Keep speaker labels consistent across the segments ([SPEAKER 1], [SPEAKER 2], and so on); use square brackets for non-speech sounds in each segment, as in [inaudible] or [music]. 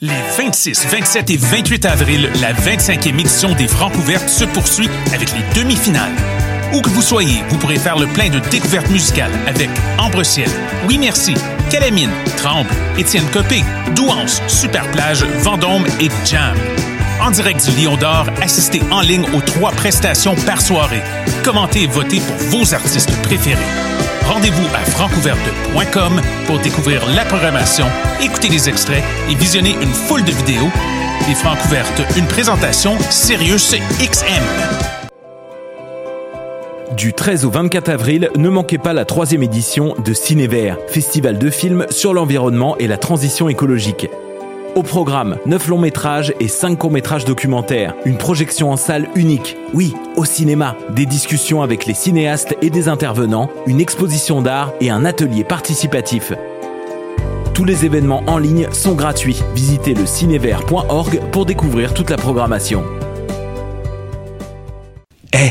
[SPEAKER 1] Les 26, 27 et 28 avril, la 25e édition des Francs ouvertes se poursuit avec les demi-finales. Où que vous soyez, vous pourrez faire le plein de découvertes musicales avec Ambre Ciel, Oui Merci, Calamine, Tremble, Étienne Copé, Douance, Superplage, Vendôme et Jam. En direct du Lion d'Or, assistez en ligne aux trois prestations par soirée. Commentez et votez pour vos artistes préférés. Rendez-vous à francouverte.com pour découvrir la programmation, écouter les extraits et visionner une foule de vidéos. Les Francouvertes, une présentation Sirius XM.
[SPEAKER 2] Du 13 au 24 avril, ne manquez pas la troisième édition de Cinévert, festival de films sur l'environnement et la transition écologique. Au programme, 9 longs métrages et 5 courts métrages documentaires, une projection en salle unique, oui, au cinéma, des discussions avec les cinéastes et des intervenants, une exposition d'art et un atelier participatif. Tous les événements en ligne sont gratuits. Visitez le cinévert.org pour découvrir toute la programmation.
[SPEAKER 3] Eh,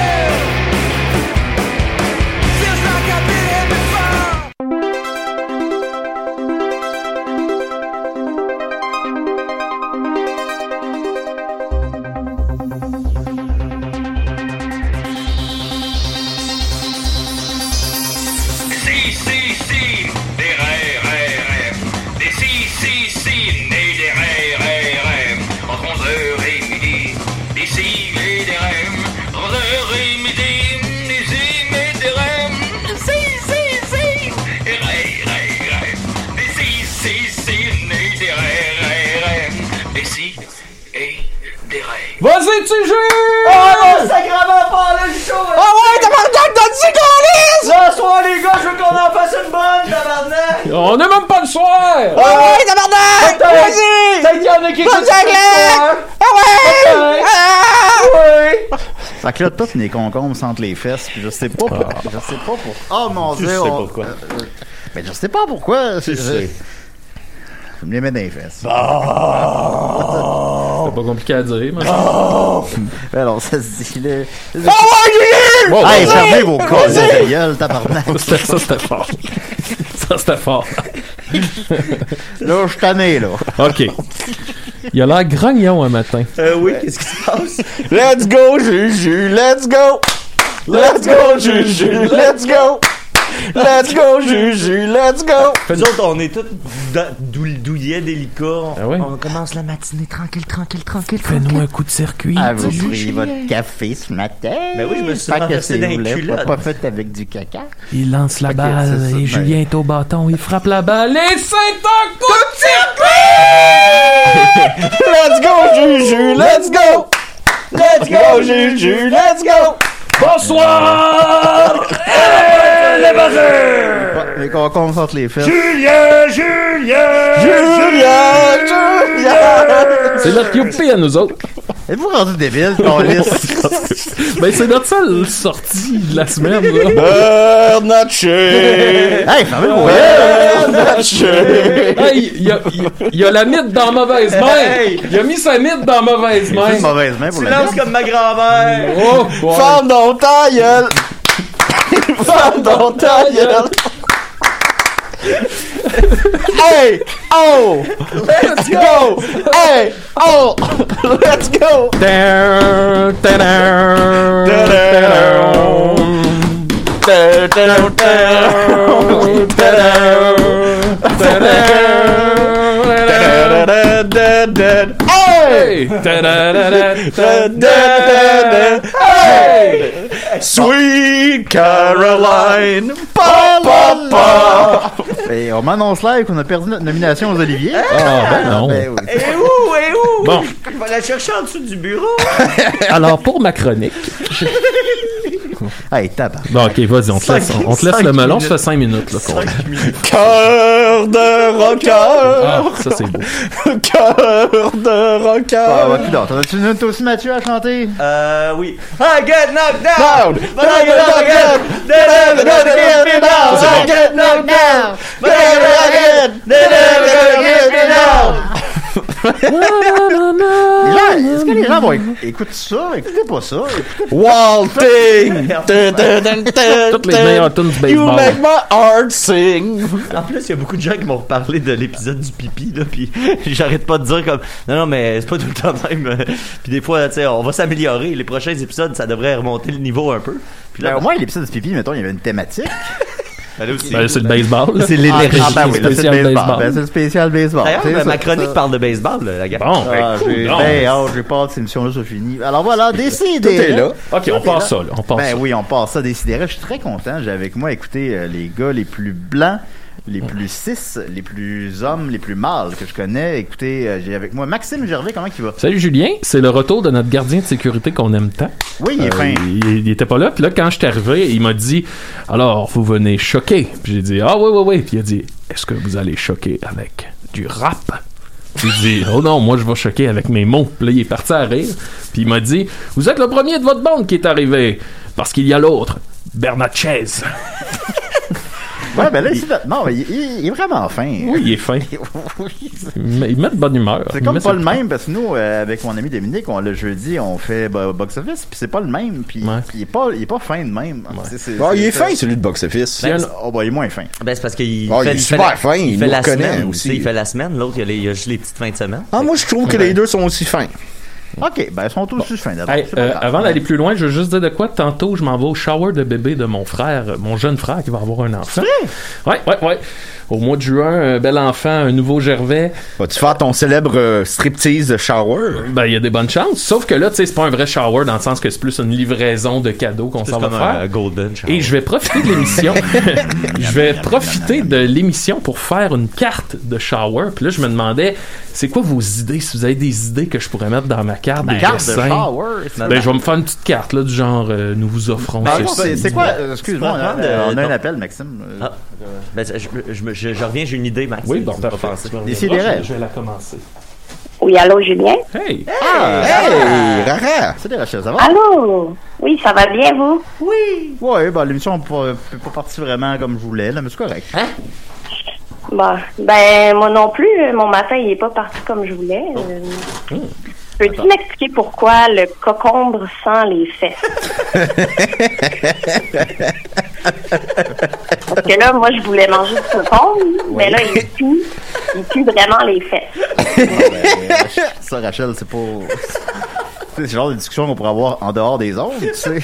[SPEAKER 4] Si, si, si, des rêves, rêves, rêves. Des si, si, si, nés des rêves, rêves, rêves. Entre 11h et midi, des si et des rêves. Entre 11h et midi, des si et des rêves. Si, si, si, des rêves, rêves, rêves. Des si, si, si, nés des rêves, rêves, rêves. Des si et des rêves.
[SPEAKER 5] Vas-y, tu
[SPEAKER 6] Oh,
[SPEAKER 5] joues!
[SPEAKER 7] Ah non, sacrément pas là, le show! hein.
[SPEAKER 5] Ah ouais, tabarnak, t'as dit qu'on lise!
[SPEAKER 7] Ce soir, les gars, je veux qu'on en fasse une bonne, tabarnak!
[SPEAKER 5] On est même pas le soir!
[SPEAKER 7] Ah ouais,
[SPEAKER 5] tabarnak! Vas-y!
[SPEAKER 7] Peut-être qu'il y en a qui écoutent ce soir.
[SPEAKER 5] Ah ouais!
[SPEAKER 7] Oui!
[SPEAKER 6] Ça clotte tous mes concombres entre les fesses, puis je sais pas,
[SPEAKER 7] Ah.
[SPEAKER 6] pour- je sais pas pour. Oh mon dieu! on- euh, euh, mais je sais pas pourquoi. c'est- je- Je me les mets dans les fesses.
[SPEAKER 7] Ah.
[SPEAKER 5] C'est pas compliqué à dire, mais.
[SPEAKER 6] Alors Ah. Ben ça se dit là.
[SPEAKER 5] Ah ouais, Guy!
[SPEAKER 6] Hey, fermez vos corps
[SPEAKER 5] Vas-y!
[SPEAKER 6] de gueule,
[SPEAKER 5] [laughs]
[SPEAKER 6] tabarnak!
[SPEAKER 5] C'était- Ça, c'était fort. Ça, c'était fort.
[SPEAKER 6] Là, je suis tanné, là.
[SPEAKER 5] OK. Il a l'air grognon un matin.
[SPEAKER 7] Euh, oui, qu'est-ce qui se passe?
[SPEAKER 5] Let's go, Juju, let's go! Let's go, Juju, let's go! Let's go, Juju, let's go!
[SPEAKER 7] Nous autres, on est tous da- doul- douillets, délicats.
[SPEAKER 5] Ah ouais?
[SPEAKER 7] On commence la matinée tranquille, tranquille, tranquille,
[SPEAKER 5] Fais-nous
[SPEAKER 7] tranquille.
[SPEAKER 5] un coup de circuit.
[SPEAKER 6] Ah, vous prenez votre café ce matin?
[SPEAKER 7] Ben oui, je me suis
[SPEAKER 6] Pas que
[SPEAKER 7] renversé
[SPEAKER 6] c'est
[SPEAKER 7] dans les
[SPEAKER 6] voulu,
[SPEAKER 7] culottes.
[SPEAKER 6] pas- pas fait avec du caca.
[SPEAKER 5] Il lance la
[SPEAKER 6] balle c'est ça, et ben- Julien
[SPEAKER 5] est au bâton, il frappe la balle et c'est un coup de [laughs] Let's go Juju, let's go! Let's go Juju, let's go! Bonsoir!
[SPEAKER 6] Ah, Les concombres entre les fesses.
[SPEAKER 5] Julien! C'est notre youpi à nous autres.
[SPEAKER 6] Êtes-vous rendu débile, ton liste?
[SPEAKER 5] [laughs] Ben c'est notre seule sortie de la semaine. Là.
[SPEAKER 6] Hey, fermez vos gueules!
[SPEAKER 5] hey, il y a, il y a- il y a la mythe dans mauvaise main. Il a mis sa mythe dans mauvaise
[SPEAKER 6] C'est une
[SPEAKER 5] main.
[SPEAKER 6] mauvaise main pour
[SPEAKER 7] Tu
[SPEAKER 6] le
[SPEAKER 7] lances comme ma grand-mère!
[SPEAKER 5] Oh, boy. Femme dans ta gueule! [laughs] Femme [laughs] dans oh. [laughs] Hey! Hey! Ah.
[SPEAKER 6] Et on m'annonce live qu'on a perdu notre nomination aux Oliviers.
[SPEAKER 5] Ah ben non.
[SPEAKER 6] Ben oui.
[SPEAKER 7] Et où? Et où? Bon,
[SPEAKER 5] Je vais la chercher en dessous du bureau.
[SPEAKER 7] [laughs] alors pour ma chronique.
[SPEAKER 6] Hey, tabac.
[SPEAKER 7] Bon, ok, vas-y, on te laisse,
[SPEAKER 5] Cinq-
[SPEAKER 7] on te laisse
[SPEAKER 5] cinq
[SPEAKER 7] le melon,
[SPEAKER 5] minutes.
[SPEAKER 7] ça fait 5 minutes. Là, qu'on-
[SPEAKER 5] Cinq minutes.
[SPEAKER 8] Cœur de rocker!
[SPEAKER 7] Ah, ça c'est beau.
[SPEAKER 8] Cœur de
[SPEAKER 6] Ah, ouais,
[SPEAKER 8] rocker!
[SPEAKER 6] plus d'autres. As-tu une autre aussi, Mathieu, à chanter?
[SPEAKER 5] Euh, oui. I get knocked
[SPEAKER 8] Down!
[SPEAKER 5] down. But I get knocked down. They never gonna get me down. I get knocked down. But I get knocked down. They never gonna get me down.
[SPEAKER 6] Les gens, Est-ce que les gens vont éc- écouter ça? Écoutez pas ça. Écoutez
[SPEAKER 5] [laughs]
[SPEAKER 8] Walting!
[SPEAKER 7] [laughs] Toutes les meilleures tunes du
[SPEAKER 8] You
[SPEAKER 7] baseball.
[SPEAKER 9] [laughs]
[SPEAKER 8] make my heart sing!
[SPEAKER 5] En plus, il y a beaucoup de gens qui m'ont reparlé de l'épisode du pipi, là, puis [laughs] j'arrête pas de dire comme, non, non, mais c'est pas tout le temps le même. [laughs] Puis des fois, tu sais, on va s'améliorer. Les prochains épisodes, ça devrait remonter le niveau un peu. Puis
[SPEAKER 6] Ben,
[SPEAKER 5] là,
[SPEAKER 6] au moins, l'épisode du pipi, mettons, il y avait une thématique.
[SPEAKER 5] allez aussi.
[SPEAKER 7] Ben, c'est le baseball. là.
[SPEAKER 6] C'est l'énergie.
[SPEAKER 7] Ah,
[SPEAKER 6] ben oui, là, c'est le
[SPEAKER 7] spécial
[SPEAKER 6] baseball.
[SPEAKER 7] baseball.
[SPEAKER 6] Ben, c'est le spécial baseball.
[SPEAKER 5] D'ailleurs,
[SPEAKER 6] C'est
[SPEAKER 5] ben,
[SPEAKER 6] ça,
[SPEAKER 5] ma
[SPEAKER 6] c'est
[SPEAKER 5] chronique
[SPEAKER 6] ça.
[SPEAKER 5] parle de baseball, là, la gars.
[SPEAKER 7] Bon,
[SPEAKER 6] Ah, j'ai
[SPEAKER 7] non.
[SPEAKER 6] ben, oh, j'ai pas hâte que cette émission-là soit finie. Alors voilà, décidez.
[SPEAKER 8] T'es là.
[SPEAKER 7] ok, on passe ça, là. On passe
[SPEAKER 6] Ben
[SPEAKER 7] ça.
[SPEAKER 6] oui, on passe ça, décidez. Je suis très content. J'ai avec moi, écoutez, euh, les gars les plus blancs, les plus cis, les plus hommes, les plus mâles que je connais. Écoutez, euh, j'ai avec moi Maxime Gervais, comment il va?
[SPEAKER 7] Salut Julien, c'est le retour de notre gardien de sécurité qu'on aime tant.
[SPEAKER 6] Oui, il est
[SPEAKER 7] Euh,
[SPEAKER 6] fin.
[SPEAKER 7] il, il était pas là. Puis là, quand je suis arrivé, il m'a dit Alors, vous venez choquer. Puis j'ai dit Ah, oui, oui, oui. Puis il a dit Est-ce que vous allez choquer avec du rap J'ai dit Oh non, moi, je vais choquer avec mes mots. Puis là, il est parti à rire. Puis il m'a dit Vous êtes le premier de votre bande qui est arrivé. Parce qu'il y a l'autre, Bernatchez.
[SPEAKER 6] Ouais, ben là, ici, non, il, il- il est vraiment fin.
[SPEAKER 7] Oui, il est fin.
[SPEAKER 6] [laughs] Oui, c'est-
[SPEAKER 7] Il met il met de bonne humeur.
[SPEAKER 6] c'est
[SPEAKER 7] Il met
[SPEAKER 6] comme pas
[SPEAKER 7] sa-
[SPEAKER 6] le même parce que nous, euh, avec mon ami Dominique, on, le jeudi, on fait bo- box office, puis c'est pas le même, puis
[SPEAKER 7] Ouais.
[SPEAKER 6] puis il est pas, il est pas fin de même. C'est- c'est-
[SPEAKER 8] Bon, il est
[SPEAKER 6] c'est-
[SPEAKER 8] fin, celui de box-office.
[SPEAKER 7] Il y a un-
[SPEAKER 6] Oh, bah, il est moins fin.
[SPEAKER 5] Ben, c'est parce qu'il
[SPEAKER 8] Ah, il est
[SPEAKER 5] fait,
[SPEAKER 8] super
[SPEAKER 5] la-
[SPEAKER 8] fin, il
[SPEAKER 5] fait
[SPEAKER 8] nous
[SPEAKER 5] la
[SPEAKER 8] reconnaît
[SPEAKER 5] semaine,
[SPEAKER 8] aussi.
[SPEAKER 5] tu sais, Il fait la semaine, l'autre, il, y a les- il y a juste les petites fins de semaine.
[SPEAKER 8] Ah, moi, je trouve que les deux sont aussi fins.
[SPEAKER 6] Ok, ben, ils sont tous juste fins d'abord.
[SPEAKER 7] Hey,
[SPEAKER 6] C'est pas
[SPEAKER 7] euh,
[SPEAKER 6] grave.
[SPEAKER 7] avant d'aller plus loin, je veux juste dire de quoi. Tantôt, je m'en vais au shower de bébé de mon frère, euh, mon jeune frère qui va avoir un enfant. Ouais, ouais, ouais. Au mois de juin, un bel enfant, un nouveau Gervais.
[SPEAKER 8] Vas-tu faire ton célèbre euh, striptease de shower?
[SPEAKER 7] Ben, il y a des bonnes chances. Sauf que là, tu sais, c'est pas un vrai shower dans le sens que c'est plus une livraison de cadeaux qu'on
[SPEAKER 5] C'est
[SPEAKER 7] s'en va
[SPEAKER 5] comme
[SPEAKER 7] faire.
[SPEAKER 5] un euh, golden shower.
[SPEAKER 7] Et je vais profiter de
[SPEAKER 5] [laughs]
[SPEAKER 7] l'émission. je vais profiter de l'émission pour faire une carte de shower. Puis là, je me demandais, c'est quoi vos idées Si vous avez des idées que je pourrais mettre dans ma carte, des
[SPEAKER 6] Ben, Carte de
[SPEAKER 7] dessins.
[SPEAKER 6] shower, c'est-
[SPEAKER 7] Ben, je vais me faire une petite carte là du genre euh, nous vous offrons
[SPEAKER 5] Ben,
[SPEAKER 6] Par
[SPEAKER 7] ceci.
[SPEAKER 6] contre, c'est c'est quoi euh, Excuse-moi,
[SPEAKER 5] Tu
[SPEAKER 6] on,
[SPEAKER 5] peux
[SPEAKER 6] a-
[SPEAKER 5] prendre, euh,
[SPEAKER 6] on a un
[SPEAKER 5] ton-
[SPEAKER 6] appel, Maxime. Euh,
[SPEAKER 5] Ah. Ben, je, je- je- je- je reviens, j'ai une idée, Max.
[SPEAKER 7] Oui,
[SPEAKER 5] Tu
[SPEAKER 7] bon,
[SPEAKER 5] peux
[SPEAKER 7] parfait.
[SPEAKER 5] penser.
[SPEAKER 7] Tu me
[SPEAKER 6] Décidérez.
[SPEAKER 7] reviendras, Je, je vais la commencer.
[SPEAKER 10] Oui, allô, Julien?
[SPEAKER 7] Hey!
[SPEAKER 6] Ah,
[SPEAKER 8] Hey, Rara!
[SPEAKER 6] C'est des recherches, ça va?
[SPEAKER 10] Allô? Oui, ça va bien, vous?
[SPEAKER 6] Ouais, ben l'émission peut peut pas partir vraiment comme je voulais, là, mais c'est correct.
[SPEAKER 7] Hein?
[SPEAKER 10] Bon, ben, moi non plus, euh, mon matin, il est pas parti comme je voulais.
[SPEAKER 6] Oh.
[SPEAKER 10] Euh, Peux-tu m'expliquer pourquoi le cocombre sent les fesses? Parce que là, moi, je voulais manger du cocombre, mais là, il pue, il pue vraiment les
[SPEAKER 6] [laughs]
[SPEAKER 10] fesses.
[SPEAKER 6] Ah, ben, Ça, Rachel, c'est pas. [laughs] C'est le genre de discussion qu'on pourrait avoir en dehors des ondes, tu sais.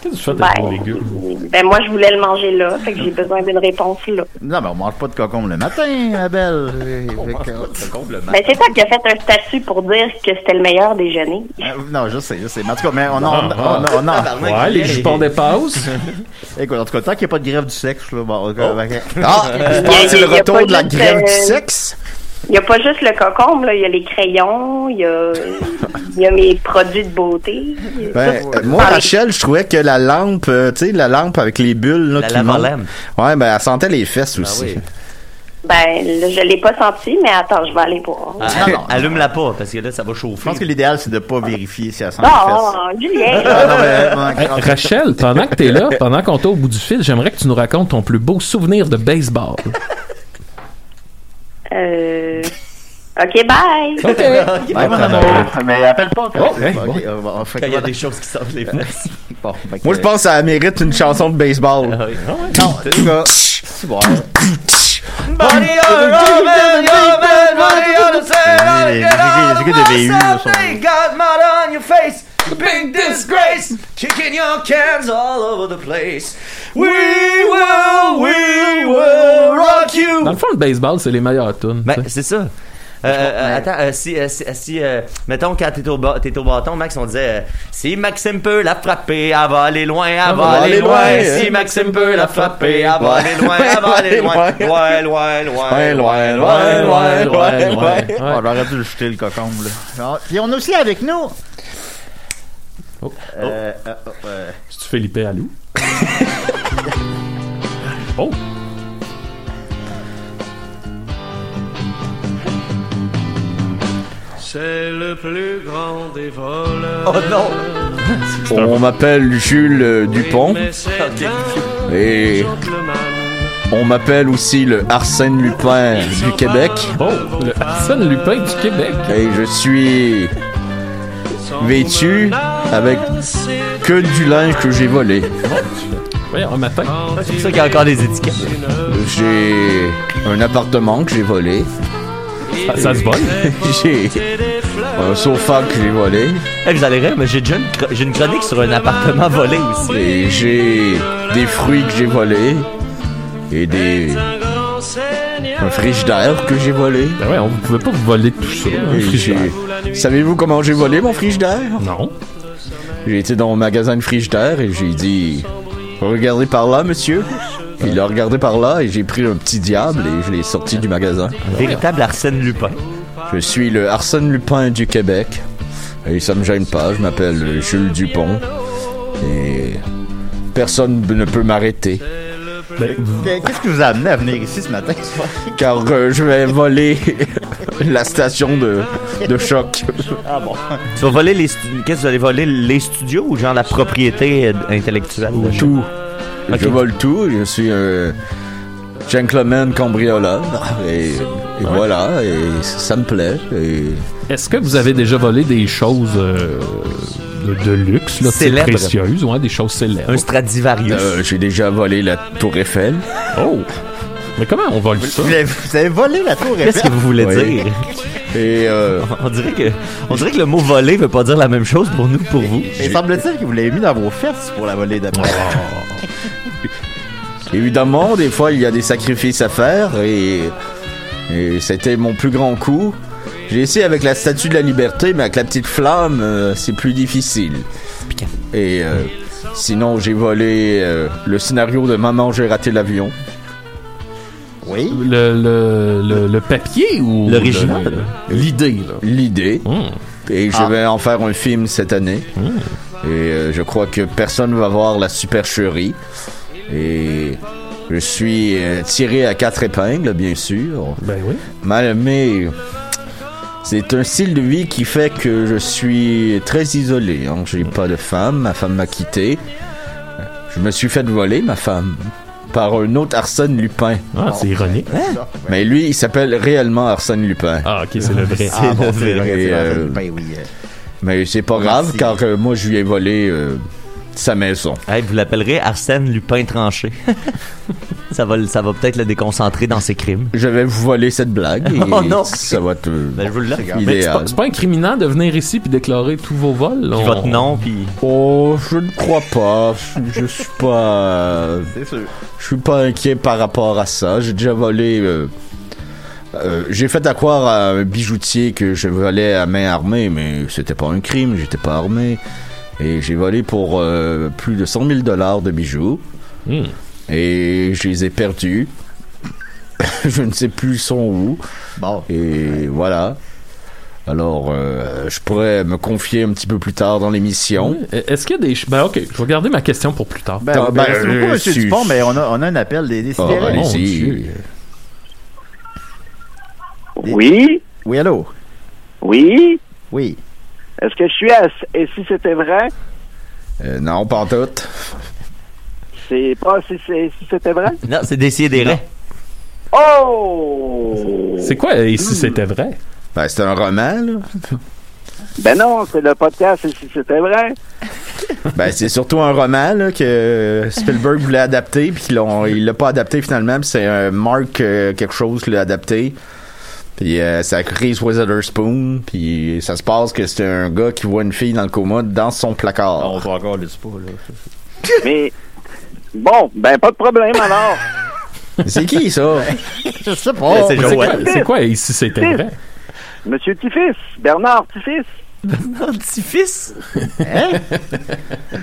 [SPEAKER 7] Qu'est-ce que tu fais de
[SPEAKER 10] Ben,
[SPEAKER 7] ton légume?
[SPEAKER 10] ben, moi, je voulais le manger là, fait que j'ai besoin d'une réponse là.
[SPEAKER 6] Non, mais on mange pas de cocombe le matin, la belle. Euh, fait que-
[SPEAKER 10] Ben, c'est toi qui as fait un statut pour dire que c'était le meilleur déjeuner.
[SPEAKER 6] Euh, Non, je sais, je sais. Mais en tout cas, mais on
[SPEAKER 7] Ah,
[SPEAKER 6] en.
[SPEAKER 7] ah.
[SPEAKER 6] on en- on en-
[SPEAKER 7] Ouais, les jupons dépassent.
[SPEAKER 6] [laughs] Écoute, en tout cas, tant qu'il n'y a pas de grève du sexe, là, bon,
[SPEAKER 7] Oh.
[SPEAKER 6] ok, ok.
[SPEAKER 8] Ah, je
[SPEAKER 10] y
[SPEAKER 8] pense
[SPEAKER 10] a-
[SPEAKER 8] que c'est le
[SPEAKER 10] Euh, y a pas
[SPEAKER 8] retour de la
[SPEAKER 10] juste,
[SPEAKER 8] grève du
[SPEAKER 10] euh,
[SPEAKER 8] sexe.
[SPEAKER 10] Il n'y a pas juste le cocombe, là. il y a les crayons, il y a, il y a mes produits de beauté.
[SPEAKER 8] Ben, euh, moi,
[SPEAKER 10] Parler-
[SPEAKER 8] Rachel, je trouvais que la lampe, euh, tu sais, la lampe avec les bulles, là,
[SPEAKER 5] La
[SPEAKER 8] qui montent.
[SPEAKER 5] lave-lampe.
[SPEAKER 8] Ouais, ben, elle sentait les fesses
[SPEAKER 5] Ah
[SPEAKER 8] aussi.
[SPEAKER 5] oui.
[SPEAKER 10] Ben, là, je l'ai pas senti, mais attends, je vais aller voir.
[SPEAKER 5] Ah, Allume-la pas, parce que là, ça va
[SPEAKER 6] Je
[SPEAKER 5] chauffer. Ah.
[SPEAKER 6] pense que l'idéal, c'est de pas vérifier si elle sent les fesses.
[SPEAKER 10] Bon, Julien,
[SPEAKER 6] Ah, non,
[SPEAKER 5] Euh, ben,
[SPEAKER 6] mais-
[SPEAKER 7] Hey, Rachel, pendant que t'es là, pendant qu'on t'a au bout du fil, j'aimerais que tu nous racontes ton plus beau souvenir de
[SPEAKER 5] [laughs]
[SPEAKER 7] baseball.
[SPEAKER 10] euh, OK, bye!
[SPEAKER 7] OK.
[SPEAKER 6] Ouais, mon amour. Mais appelle pas.
[SPEAKER 7] Oh, hey,
[SPEAKER 6] Ok,
[SPEAKER 7] bon.
[SPEAKER 6] euh, bon, fait que
[SPEAKER 5] Quand il y a
[SPEAKER 6] voilà.
[SPEAKER 5] des choses qui
[SPEAKER 6] [laughs]
[SPEAKER 5] sortent les fesses.
[SPEAKER 6] Bon, fait que-
[SPEAKER 8] Moi, je pense que ça mérite une chanson de baseball.
[SPEAKER 5] Ah oui.
[SPEAKER 6] Non, en tout cas, c'est bon.
[SPEAKER 5] Body on a woman, your man, body on a sailor,
[SPEAKER 6] Les- les-
[SPEAKER 5] get out
[SPEAKER 6] les-
[SPEAKER 5] of
[SPEAKER 6] les- les-
[SPEAKER 5] my
[SPEAKER 6] les-
[SPEAKER 5] sight,
[SPEAKER 6] les- les-
[SPEAKER 5] they got mud on your face, big disgrace, kicking your cans all over the place. We will, we will rock you.
[SPEAKER 7] Dans le fond, le baseball, c'est les meilleures tunes.
[SPEAKER 5] Ben,
[SPEAKER 7] tu sais.
[SPEAKER 5] c'est ça. Euh, euh, attends, euh, si, euh, si, euh, si, euh, mettons, quand t'es au, ba- t'es au bâton, Max, on disait euh, Si Maxime peut la frapper, elle va aller loin, elle va aller loin. Si Maxime peut la frapper, elle va
[SPEAKER 8] Ouais.
[SPEAKER 5] aller loin, elle va aller loin. Loin, loin,
[SPEAKER 6] Ouais,
[SPEAKER 5] loin.
[SPEAKER 6] loin, loin, loin, loin, loin. Ah, J'aurais dû le jeter, le cocon, là. Ah, Puis on a aussi avec nous.
[SPEAKER 7] Oh.
[SPEAKER 6] Euh, euh, oh, euh,
[SPEAKER 7] C'est-tu Philippe Allou? oh!
[SPEAKER 11] C'est le plus grand des voleurs.
[SPEAKER 5] [laughs] Oh non!
[SPEAKER 8] On m'appelle Jules euh, Dupont
[SPEAKER 11] Mais c'est
[SPEAKER 7] Ah,
[SPEAKER 11] un
[SPEAKER 8] et
[SPEAKER 11] gentleman.
[SPEAKER 8] on m'appelle aussi le Arsène Lupin du Québec.
[SPEAKER 7] Oh! Le Arsène Lupin du Québec!
[SPEAKER 8] Et je suis vêtu avec que du linge que j'ai volé.
[SPEAKER 7] Voyons, un matin.
[SPEAKER 5] C'est pour ça qu'il y a encore des étiquettes.
[SPEAKER 8] J'ai un appartement que j'ai volé.
[SPEAKER 7] Ça, ça se vole.
[SPEAKER 8] [laughs] J'ai un sofa que j'ai volé.
[SPEAKER 5] Eh, vous allez rire, mais j'ai déjà une, chro- j'ai une chronique sur un appartement volé aussi.
[SPEAKER 8] Et j'ai des fruits que j'ai volés. Et des. Un frigidaire que j'ai volé.
[SPEAKER 7] Ben ouais, on ne pouvait pas vous voler tout ça. hein,
[SPEAKER 8] Et
[SPEAKER 7] frigidaire.
[SPEAKER 8] j'ai- Savez-vous comment j'ai volé mon frigidaire?
[SPEAKER 7] Non.
[SPEAKER 8] J'ai été dans un magasin de frigidaire et j'ai dit Regardez par là, monsieur. Il a regardé par là et j'ai pris un petit diable et je l'ai sorti du magasin.
[SPEAKER 5] Véritable Arsène Lupin.
[SPEAKER 8] Je suis le Arsène Lupin du Québec. Et ça me gêne pas, je m'appelle Jules Dupont. Et personne ne peut m'arrêter.
[SPEAKER 7] Ben,
[SPEAKER 6] Qu'est-ce qui vous a amené à venir ici ce matin?
[SPEAKER 8] [laughs] Car euh, je vais voler [laughs] la station de, de choc.
[SPEAKER 6] Ah bon.
[SPEAKER 5] Tu vas voler les. stu- Qu'est-ce que vous allez voler Les studios ou genre la propriété euh, intellectuelle de-
[SPEAKER 8] Tout.
[SPEAKER 5] Ok.
[SPEAKER 8] Je vole tout, je suis un gentleman cambrioleur. Et, et voilà, et ça me plaît. Et
[SPEAKER 7] Est-ce que vous avez déjà volé des choses euh, de, de luxe, là, tu sais,
[SPEAKER 5] Célèbres.
[SPEAKER 7] précieuses, ouais, des choses célèbres?
[SPEAKER 5] Un Stradivarius.
[SPEAKER 8] euh, j'ai déjà volé la Tour Eiffel.
[SPEAKER 7] Oh! Mais comment on vole ça?
[SPEAKER 6] Vous avez- vous avez volé la tour
[SPEAKER 5] Qu'est-ce que
[SPEAKER 6] Eiffel?
[SPEAKER 5] vous voulez
[SPEAKER 8] Oui.
[SPEAKER 5] dire
[SPEAKER 8] Et euh,
[SPEAKER 5] On dirait que on dirait que le mot voler veut pas dire la même chose pour nous pour vous.
[SPEAKER 6] Il semble-t-il que vous l'avez mis dans vos fesses pour la voler d'après.
[SPEAKER 8] [laughs] Évidemment, des fois, il y a des sacrifices à faire et, et c'était mon plus grand coup. J'ai essayé avec la statue de la liberté, mais avec la petite flamme, euh, c'est plus difficile. Et euh, sinon, j'ai volé euh, le scénario de Maman, j'ai raté l'avion.
[SPEAKER 6] Oui.
[SPEAKER 7] Le, le, le, le papier ou...
[SPEAKER 5] L'original.
[SPEAKER 7] le- le- L'idée, là.
[SPEAKER 8] L'idée.
[SPEAKER 7] Hmm. Hmm.
[SPEAKER 8] Et je vais en faire un film cette année. Et euh, je crois que personne va voir la supercherie. Et je suis euh, tiré à quatre épingles, bien sûr.
[SPEAKER 7] Ben oui.
[SPEAKER 8] Mal, mais c'est un style de vie qui fait que je suis très isolé. hein.
[SPEAKER 7] Hmm.
[SPEAKER 8] J'ai pas de femme, ma femme m'a quitté. Je me suis fait voler ma femme par un autre Arsène Lupin. Hein?
[SPEAKER 7] Ah, c'est ironique.
[SPEAKER 8] Mais lui, il s'appelle réellement Arsène Lupin.
[SPEAKER 7] Ah, ok, c'est le vrai.
[SPEAKER 6] Ah bon, c'est vrai,
[SPEAKER 8] Et,
[SPEAKER 6] c'est vrai,
[SPEAKER 8] euh,
[SPEAKER 6] Ben oui. euh,
[SPEAKER 8] Mais c'est pas grave
[SPEAKER 6] Merci.
[SPEAKER 8] car euh, moi je lui ai volé euh, sa maison.
[SPEAKER 5] Hey, vous l'appellerez Arsène Lupin tranché. [laughs] ça va le- ça va peut-être le déconcentrer dans ses crimes.
[SPEAKER 8] Je vais vous voler cette blague et
[SPEAKER 5] [laughs] Oh non.
[SPEAKER 8] ça va être euh,
[SPEAKER 5] Ben, je vous le lève.
[SPEAKER 7] Mais c'est
[SPEAKER 8] idéal.
[SPEAKER 7] pas, c'est pas incriminant de venir ici puis déclarer tous vos vols.
[SPEAKER 5] Puis
[SPEAKER 7] on-
[SPEAKER 5] votre nom puis
[SPEAKER 8] Oh, je ne crois pas. Je suis
[SPEAKER 5] [laughs]
[SPEAKER 8] pas.
[SPEAKER 6] C'est sûr.
[SPEAKER 8] Je suis pas inquiet par rapport à ça. J'ai déjà volé. euh, euh, j'ai fait à croire à un bijoutier que je volais à main armée, mais c'était pas un crime, j'étais pas armé. Et j'ai volé pour euh, plus de 100 000 dollars de bijoux.
[SPEAKER 7] Hmm.
[SPEAKER 8] Et je les ai perdus. [laughs] je ne sais plus ils sont où.
[SPEAKER 6] Bon.
[SPEAKER 8] Et voilà. Alors, euh, je pourrais me confier un petit peu plus tard dans
[SPEAKER 5] Oh.
[SPEAKER 8] l'émission.
[SPEAKER 7] Est-ce qu'il y a des... ch- Ben ok, je vais garder ma question pour plus tard.
[SPEAKER 6] Ben,
[SPEAKER 8] ben,
[SPEAKER 6] ben, merci
[SPEAKER 8] euh,
[SPEAKER 6] beaucoup, monsieur
[SPEAKER 8] si-
[SPEAKER 6] Dupont, mais on a, on a un appel des
[SPEAKER 8] Oh,
[SPEAKER 6] décidérés.
[SPEAKER 7] allez.
[SPEAKER 8] allez-y.
[SPEAKER 4] Oui,
[SPEAKER 6] Oui, allô?
[SPEAKER 4] oui.
[SPEAKER 6] Oui.
[SPEAKER 4] Est-ce que je suis à... Et si c'était vrai?
[SPEAKER 8] Euh, non, pas en tout.
[SPEAKER 4] C'est pas si, c'est- si c'était vrai?
[SPEAKER 5] Non, c'est décidéré.
[SPEAKER 4] Oh!
[SPEAKER 7] C'est quoi, et si c'était vrai?
[SPEAKER 8] Ben, c'est un roman, là.
[SPEAKER 4] Ben non, c'est le podcast Et si
[SPEAKER 6] [laughs]
[SPEAKER 4] c'était vrai?
[SPEAKER 8] Ben, c'est surtout un roman là, que Spielberg voulait adapter, puis qu'ils l'ont- il l'a pas adapté finalement, puis c'est un Mark euh, quelque chose qui l'a adapté. Puis euh, ça crise Witherspoon, puis ça se passe que c'est un gars qui voit une fille dans le coma dans son placard.
[SPEAKER 6] voit encore le spa, là.
[SPEAKER 4] Mais bon, ben pas de problème alors.
[SPEAKER 8] C'est qui ça?
[SPEAKER 6] [laughs] Je sais pas.
[SPEAKER 5] C'est
[SPEAKER 7] C'est
[SPEAKER 5] Joël.
[SPEAKER 7] quoi, c'est quoi, et si c'était vrai?
[SPEAKER 4] Monsieur Tifis, Bernard Tifis.
[SPEAKER 9] Bernard Tifis?
[SPEAKER 7] [laughs]
[SPEAKER 4] Hein?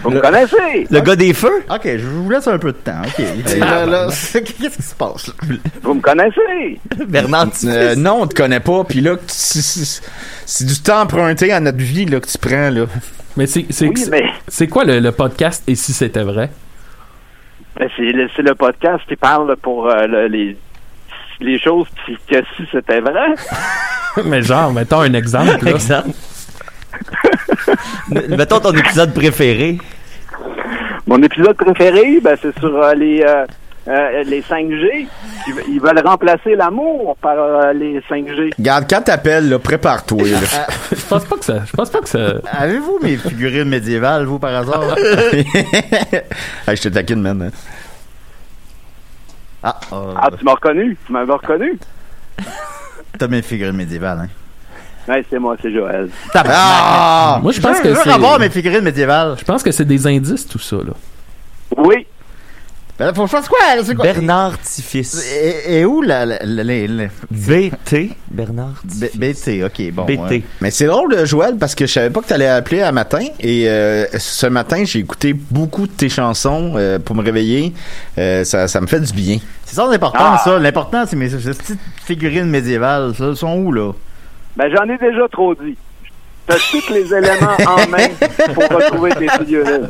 [SPEAKER 4] Vous me connaissez?
[SPEAKER 9] des feux?
[SPEAKER 6] Ok, je vous laisse un peu de temps. [laughs] Ok.
[SPEAKER 7] Ah,
[SPEAKER 6] Là,
[SPEAKER 8] [laughs]
[SPEAKER 6] là, Qu'est-ce qui se passe là?
[SPEAKER 4] Vous me connaissez?
[SPEAKER 9] Bernard
[SPEAKER 8] euh, Non, on te connaît pas. Puis là, c'est- c'est c'est du temps emprunté à notre vie là, que tu prends. là.
[SPEAKER 7] Mais c'est c'est-
[SPEAKER 4] Oui, mais-
[SPEAKER 7] c'est quoi le, le podcast Et si c'était vrai
[SPEAKER 4] Ben, C'est le, c'est le podcast qui parle pour euh, le- les, les choses qui, que si
[SPEAKER 7] [laughs]
[SPEAKER 4] c'était vrai.
[SPEAKER 7] Mais genre, mettons un exemple. là. [laughs]
[SPEAKER 9] Exemple. Mettons ton épisode préféré.
[SPEAKER 4] Mon épisode préféré, ben, c'est sur euh, les, euh, euh, les 5G. Ils, ve- ils veulent remplacer l'amour par euh, les 5G.
[SPEAKER 8] Regarde, quand t'appelles, là, prépare-toi.
[SPEAKER 9] [laughs]
[SPEAKER 8] là.
[SPEAKER 9] Ah,
[SPEAKER 7] Je pense pas que ça. Je pense pas que ça.
[SPEAKER 6] Avez-vous mes figurines médiévales, vous,
[SPEAKER 7] [laughs]
[SPEAKER 6] par hasard?
[SPEAKER 8] Hey, je te taquine, man. hein.
[SPEAKER 6] Ah, euh,
[SPEAKER 4] Ah, tu m'as reconnu? Tu m'avais reconnu?
[SPEAKER 6] t'as mes figurines médiévales, hein?
[SPEAKER 4] Ouais, c'est moi, c'est Joël.
[SPEAKER 6] Ah!
[SPEAKER 7] Moi, je pense que
[SPEAKER 6] veux
[SPEAKER 7] c'est-
[SPEAKER 6] revoir mes figurines médiévales.
[SPEAKER 7] Je pense que c'est des indices tout ça là.
[SPEAKER 4] Oui,
[SPEAKER 6] Ben là, faut que je fasse quoi? là? C'est quoi?
[SPEAKER 9] Bernard Tifis.
[SPEAKER 6] Et, et où la... la- la- la- la-
[SPEAKER 9] BT. Bernard
[SPEAKER 6] B- BT, ok, bon. ouais.
[SPEAKER 9] BT.
[SPEAKER 8] Mais c'est drôle, euh, Joël, parce que je savais pas que t'allais appeler à matin. Et euh, ce matin, j'ai écouté beaucoup de tes chansons euh, pour me réveiller. Euh, ça, ça me fait du bien.
[SPEAKER 6] C'est ça l'important,
[SPEAKER 4] Ah.
[SPEAKER 6] ça. L'important, c'est mes ces petites figurines médiévales. Ça, elles sont où, là?
[SPEAKER 4] ben j'en ai déjà trop dit. T'as tous les éléments en main pour retrouver tes figurines.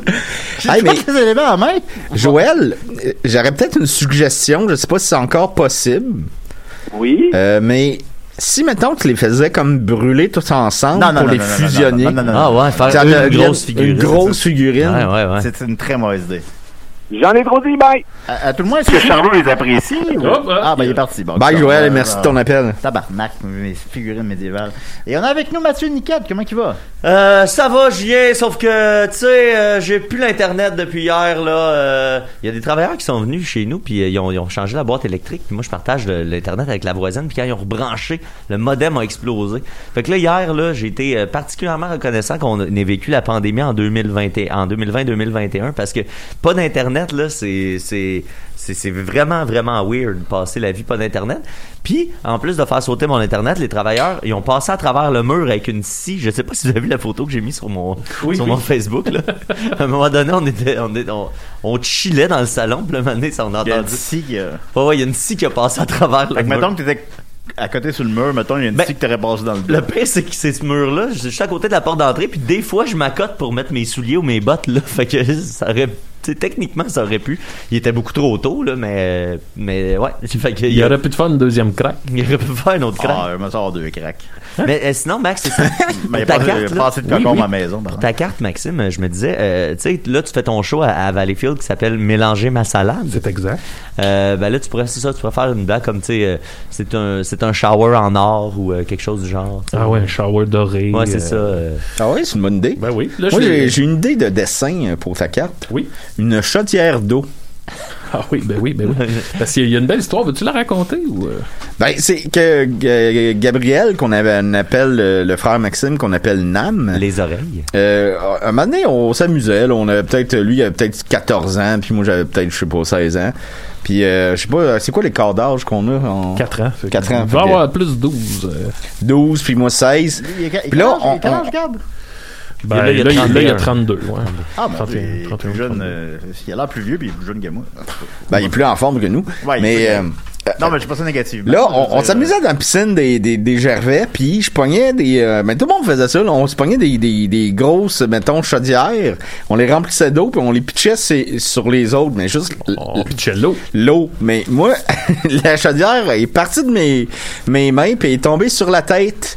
[SPEAKER 6] J'ai
[SPEAKER 8] Hey,
[SPEAKER 6] pas
[SPEAKER 8] mais-
[SPEAKER 6] les éléments en main.
[SPEAKER 8] Joël, euh, j'aurais peut-être une suggestion. Je sais pas si c'est encore possible.
[SPEAKER 4] Oui.
[SPEAKER 8] Euh, mais si, mettons, tu les faisais comme brûler tous
[SPEAKER 6] Ah,
[SPEAKER 8] ensemble pour les fusionner.
[SPEAKER 6] Non, non, non, non,
[SPEAKER 9] Ah
[SPEAKER 6] non.
[SPEAKER 9] ouais, faire
[SPEAKER 8] Ça
[SPEAKER 9] une
[SPEAKER 8] devienne
[SPEAKER 9] grosse figurine.
[SPEAKER 8] Une grosse figurine.
[SPEAKER 9] Ouais, ouais, ouais.
[SPEAKER 6] C'est une très mauvaise idée.
[SPEAKER 4] J'en ai trop dit, bye!
[SPEAKER 6] À, à tout le moins, est-ce que Charlot les apprécie? ou-
[SPEAKER 7] Hop, hop.
[SPEAKER 6] Ah, ben, il est parti. Bon,
[SPEAKER 8] Bye,
[SPEAKER 6] d'accord.
[SPEAKER 8] Joël, et
[SPEAKER 6] Euh,
[SPEAKER 8] merci de
[SPEAKER 6] euh,
[SPEAKER 8] ton appel.
[SPEAKER 6] Tabarnak, mes figurines médiévales. Et on a avec nous Mathieu Niquette. Comment il va?
[SPEAKER 9] Euh, ça va, Julien, sauf que, tu sais, euh, j'ai plus l'Internet depuis hier, là. euh. Il y a des travailleurs qui sont venus chez nous, puis euh, ils, ont, ils ont changé la boîte électrique. Puis moi, je partage le- l'Internet avec la voisine, puis quand ils ont rebranché, le modem a explosé. Fait que là, hier, là, j'ai été euh, particulièrement reconnaissant qu'on ait vécu la pandémie en 2020 en 2020-2021, parce que pas d'Internet, là, c'est- c'est c'est c'est vraiment, vraiment weird de passer la vie pas d'Internet. Puis, en plus de faire sauter mon Internet, les travailleurs, ils ont passé à travers le mur avec une scie. Je sais pas si vous avez vu la photo que j'ai mise sur mon, sur mon Facebook.
[SPEAKER 6] [laughs]
[SPEAKER 9] Là. à un moment donné, on était, on, était- on, on chillait dans le salon. Puis, le moment donné, ça, on a
[SPEAKER 6] Il y a une
[SPEAKER 9] entendu.
[SPEAKER 6] scie. euh,
[SPEAKER 9] Ouais, ouais, il y a une scie qui a passé à travers le
[SPEAKER 6] Fait que,
[SPEAKER 9] mur.
[SPEAKER 6] mettons que t'étais à côté sur le mur, mettons, il y a une
[SPEAKER 9] Ben-
[SPEAKER 6] scie que t'aurais passé dans le dos.
[SPEAKER 9] Le pire, c'est que c'est ce mur-là. Je suis à côté de la porte d'entrée, puis des fois, je m'accote pour mettre mes souliers ou mes bottes, là. [laughs] Fait que ça aurait. tu sais, techniquement, ça aurait pu. Il était beaucoup trop tôt, là, mais. Mais ouais. [laughs] Fait que,
[SPEAKER 7] Il y aurait pu te faire une deuxième craque.
[SPEAKER 9] [laughs] il aurait pu faire un autre crack.
[SPEAKER 6] Ah, je me sors deux cracks.
[SPEAKER 9] Mais euh, sinon, Max, c'est
[SPEAKER 6] [laughs] Mais il y
[SPEAKER 9] pour
[SPEAKER 6] a pas
[SPEAKER 9] ta
[SPEAKER 6] de-
[SPEAKER 9] carte.
[SPEAKER 6] il y a pas
[SPEAKER 9] là-
[SPEAKER 6] assez de
[SPEAKER 9] Oui,
[SPEAKER 6] cocon à
[SPEAKER 9] oui.
[SPEAKER 6] ma maison. par
[SPEAKER 7] [laughs]
[SPEAKER 9] Pour
[SPEAKER 6] exemple.
[SPEAKER 9] ta carte, Maxime, euh, je me disais, euh, tu sais, là, tu fais ton show à, à Valleyfield qui s'appelle Mélanger ma salade.
[SPEAKER 7] C'est exact.
[SPEAKER 9] Euh, ben là, tu pourrais, c'est ça, tu pourrais faire une blague comme, tu sais, euh, c'est un, c'est un shower en or ou euh, quelque chose
[SPEAKER 7] [laughs]
[SPEAKER 9] du genre. tu sais.
[SPEAKER 7] Ah ouais, un shower doré.
[SPEAKER 9] Ouais, c'est
[SPEAKER 7] euh,
[SPEAKER 9] ça. euh.
[SPEAKER 8] Ah oui, c'est une bonne idée.
[SPEAKER 7] Ben oui. Là,
[SPEAKER 8] Moi,
[SPEAKER 7] je l'ai-
[SPEAKER 8] j'ai j'ai une idée de dessin euh, pour ta carte.
[SPEAKER 7] Oui.
[SPEAKER 8] Une chaudière d'eau.
[SPEAKER 7] Ah oui, ben oui, ben oui. Parce qu'il y a une belle histoire. Veux-tu la raconter ou euh?
[SPEAKER 8] Ben, c'est que euh, Gabriel, qu'on avait- on appelle euh, le frère Maxime, qu'on appelle Nam.
[SPEAKER 9] Les oreilles.
[SPEAKER 8] Euh, à un moment donné, on s'amusait. là. On avait peut-être, lui, il avait peut-être 14 ans, puis moi, j'avais peut-être, je sais pas, 16 ans. Puis, euh, je sais pas, c'est quoi les quarts d'âge qu'on a? En...
[SPEAKER 7] 4 ans.
[SPEAKER 8] Quatre ans,
[SPEAKER 7] Il va
[SPEAKER 8] fait que-
[SPEAKER 7] avoir plus 12. euh.
[SPEAKER 8] 12, puis moi, 16.
[SPEAKER 6] Il est- il est
[SPEAKER 8] Puis
[SPEAKER 6] quel
[SPEAKER 8] là,
[SPEAKER 6] âge-
[SPEAKER 8] on-
[SPEAKER 6] il est quel
[SPEAKER 8] on-
[SPEAKER 6] âge, Gab?
[SPEAKER 7] Ben, là,
[SPEAKER 9] là, il y a hein.
[SPEAKER 7] il- là, il y a
[SPEAKER 9] 31.
[SPEAKER 7] 32. Ouais.
[SPEAKER 6] Ah, ben,
[SPEAKER 7] 31,
[SPEAKER 6] il est plus
[SPEAKER 7] 31,
[SPEAKER 6] jeune.
[SPEAKER 7] 32.
[SPEAKER 6] euh, il a l'air plus vieux, puis il est plus jeune que moi. [laughs]
[SPEAKER 8] Ben, il est plus en forme que nous.
[SPEAKER 6] Ouais, il
[SPEAKER 8] mais
[SPEAKER 6] est
[SPEAKER 8] euh,
[SPEAKER 6] Non, mais je pense ça négativement.
[SPEAKER 8] là,
[SPEAKER 6] Je veux
[SPEAKER 8] on, on
[SPEAKER 6] dire,
[SPEAKER 8] s'amusait dans la piscine des, des, des gervais, puis je pognais des... euh, ben, tout le monde faisait ça. là. On se pognait des, des, des grosses, mettons, chaudières. On les remplissait d'eau, puis on les pitchait sur- sur les autres, mais juste
[SPEAKER 7] Oh, Picello.
[SPEAKER 8] l'eau. Mais moi, [laughs] la chaudière est partie de mes, mes mains puis est tombée sur la tête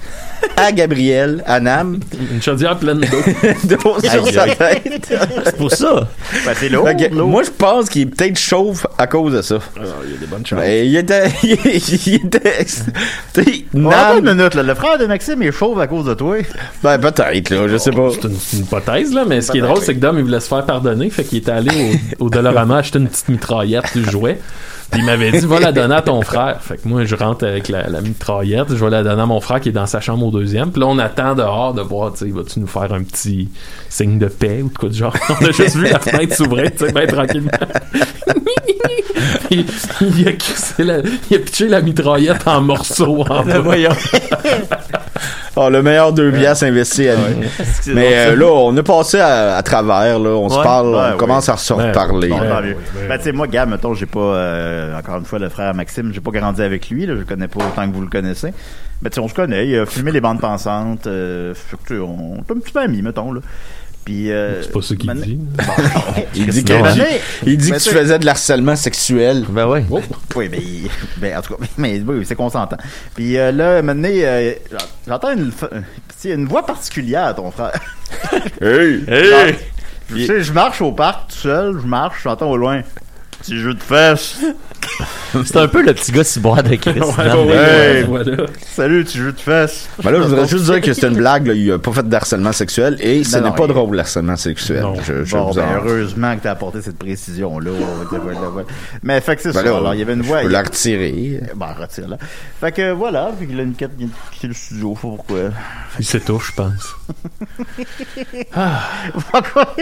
[SPEAKER 8] à Gabriel, à Nam,
[SPEAKER 7] Une chaudière pleine [laughs] d'eau.
[SPEAKER 8] [laughs] d'eau sur sa tête.
[SPEAKER 6] [laughs]
[SPEAKER 9] C'est pour ça.
[SPEAKER 6] Ben, c'est l'eau.
[SPEAKER 8] Fait que moi, je pense qu'il est peut-être chauve à cause de ça.
[SPEAKER 7] Il y a des bonnes
[SPEAKER 8] Mais il était... [laughs] Il était... tu sais,
[SPEAKER 6] On attend
[SPEAKER 8] Nam...
[SPEAKER 6] une minute, là. Le frère de Maxime est chauve à cause de toi.
[SPEAKER 8] Ben, peut-être, là, je sais pas.
[SPEAKER 7] C'est une, c'est une hypothèse, là, mais ce qui est drôle, c'est que Dom, il voulait se faire pardonner, fait qu'il était allé au, au Dollarama acheter une petite mitraillette du jouet. Puis il m'avait dit, va la donner à ton frère. Fait que moi, je rentre avec la, la mitraillette, je vais la donner à mon frère qui est dans sa chambre au deuxième. Puis là, on attend dehors de voir, tu sais, vas-tu nous faire un petit signe de paix ou de quoi du genre. [laughs] On a juste vu la fenêtre s'ouvrir, tu sais, bien tranquillement. il, il a crissé la- il a pitché la mitraillette en morceaux en bas.
[SPEAKER 8] Oh, le meilleur deux biasses investis à vie.
[SPEAKER 5] c'est
[SPEAKER 8] Mais
[SPEAKER 5] drôle,
[SPEAKER 8] euh,
[SPEAKER 5] ça.
[SPEAKER 8] là, on est passé à, à travers, là. On se
[SPEAKER 6] Ouais,
[SPEAKER 8] parle,
[SPEAKER 6] ouais,
[SPEAKER 8] on
[SPEAKER 6] oui.
[SPEAKER 8] commence à se reparler.
[SPEAKER 6] Bon, tant mieux. Ben, tu sais, moi, Gab, mettons, j'ai pas, euh, encore une fois, le frère Maxime, j'ai pas grandi avec lui, là, je le connais pas autant que vous le connaissez. Mais tu sais, on se connaît, il a filmé les bandes pensantes, euh, fait que, tu sais, on est un petit peu amis, mettons, là. Puis, euh,
[SPEAKER 8] C'est pas
[SPEAKER 7] ce
[SPEAKER 6] qu'il dit. [laughs]
[SPEAKER 8] Il dit que, il dit que tu faisais de l'harcèlement sexuel.
[SPEAKER 5] Ben ouais.
[SPEAKER 6] Oui, mais, il- ben, en tout cas, [laughs] mais oui, c'est consentant. Puis euh, là, maintenant, euh, j'entends une, fa- c'est une voix particulière, ton frère.
[SPEAKER 8] [laughs]
[SPEAKER 6] [laughs]
[SPEAKER 8] Hey!
[SPEAKER 6] Hey! Tu sais, je marche au parc tout seul, je marche, j'entends au loin. Petit jeu de fesses.
[SPEAKER 5] C'est un peu le petit gars ciboire de
[SPEAKER 6] [laughs]
[SPEAKER 5] Chris. dans le-
[SPEAKER 6] Hey! Salut, petit jeu de fesses.
[SPEAKER 8] Ben là, je voudrais juste dire que c'est une blague, là. Il a pas fait d'harcèlement sexuel et ce
[SPEAKER 6] Non,
[SPEAKER 8] n'est
[SPEAKER 6] non,
[SPEAKER 8] pas
[SPEAKER 6] il-
[SPEAKER 8] drôle, l'harcèlement sexuel. Je, je
[SPEAKER 6] Bon,
[SPEAKER 8] vous
[SPEAKER 6] ben,
[SPEAKER 8] en-
[SPEAKER 6] heureusement que t'as apporté cette précision-là. On va dire, voilà, voilà. Mais fait que c'est
[SPEAKER 8] Ben
[SPEAKER 6] ça.
[SPEAKER 8] là,
[SPEAKER 6] Alors, il y avait une
[SPEAKER 8] je
[SPEAKER 6] voix.
[SPEAKER 8] peux la retirer.
[SPEAKER 6] Ben, retire-la. Fait que voilà, puis qu'il a une quête vient de quitter le studio, faut pourquoi.
[SPEAKER 7] Il s'étouffe, je pense. [laughs]
[SPEAKER 6] Ah. Pourquoi?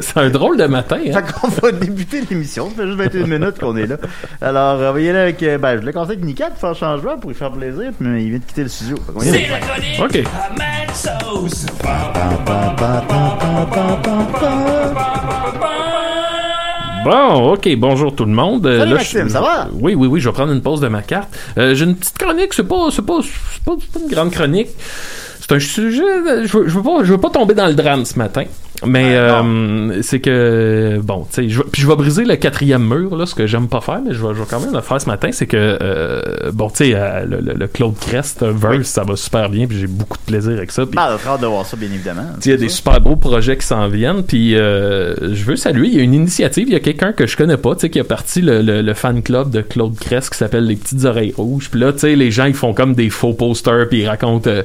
[SPEAKER 7] C'est un drôle de matin, hein?
[SPEAKER 6] Fait qu'on va débuter l'émission. Ça fait juste 21 minutes qu'on est là. Alors, euh, voyez là avec. euh, Ben, je voulais conseiller avec Nikat pour faire un changement, pour lui faire plaisir, mais il vient de quitter le studio. Fait qu'on y va.
[SPEAKER 11] C'est la chronique
[SPEAKER 7] Ok.
[SPEAKER 11] à Mad Sauce.
[SPEAKER 7] Bon, ok, bonjour tout le monde. Euh,
[SPEAKER 6] Salut
[SPEAKER 7] là,
[SPEAKER 6] Maxime,
[SPEAKER 7] je-
[SPEAKER 6] ça va?
[SPEAKER 7] Oui, oui, oui, je vais prendre une pause de ma carte. Euh, J'ai une petite chronique, c'est pas, c'est pas, c'est pas, c'est pas une grande chronique. C'est un sujet, euh, je veux, je veux pas, je veux pas tomber dans le drame ce matin, mais
[SPEAKER 6] Ben,
[SPEAKER 7] euh, c'est que bon, tu sais, je vais- puis je vais briser le quatrième mur là, ce que j'aime pas faire, mais je vais, je vais quand même le faire ce matin, c'est que euh, bon, tu sais, euh, le, le- le Claude Crest euh, verse, ça va super bien, puis j'ai beaucoup de plaisir avec ça. puis-
[SPEAKER 6] Ben, on a hâte de voir ça, bien évidemment.
[SPEAKER 7] il y a des super beaux projets qui s'en viennent, puis euh, je veux saluer. Il y a une initiative, il y a quelqu'un que je connais pas, tu sais, qui a parti le, le- le fan club de Claude Crest qui s'appelle Les Petites Oreilles Rouges. Puis là, tu sais, les gens, ils font comme des faux posters, puis ils racontent. euh,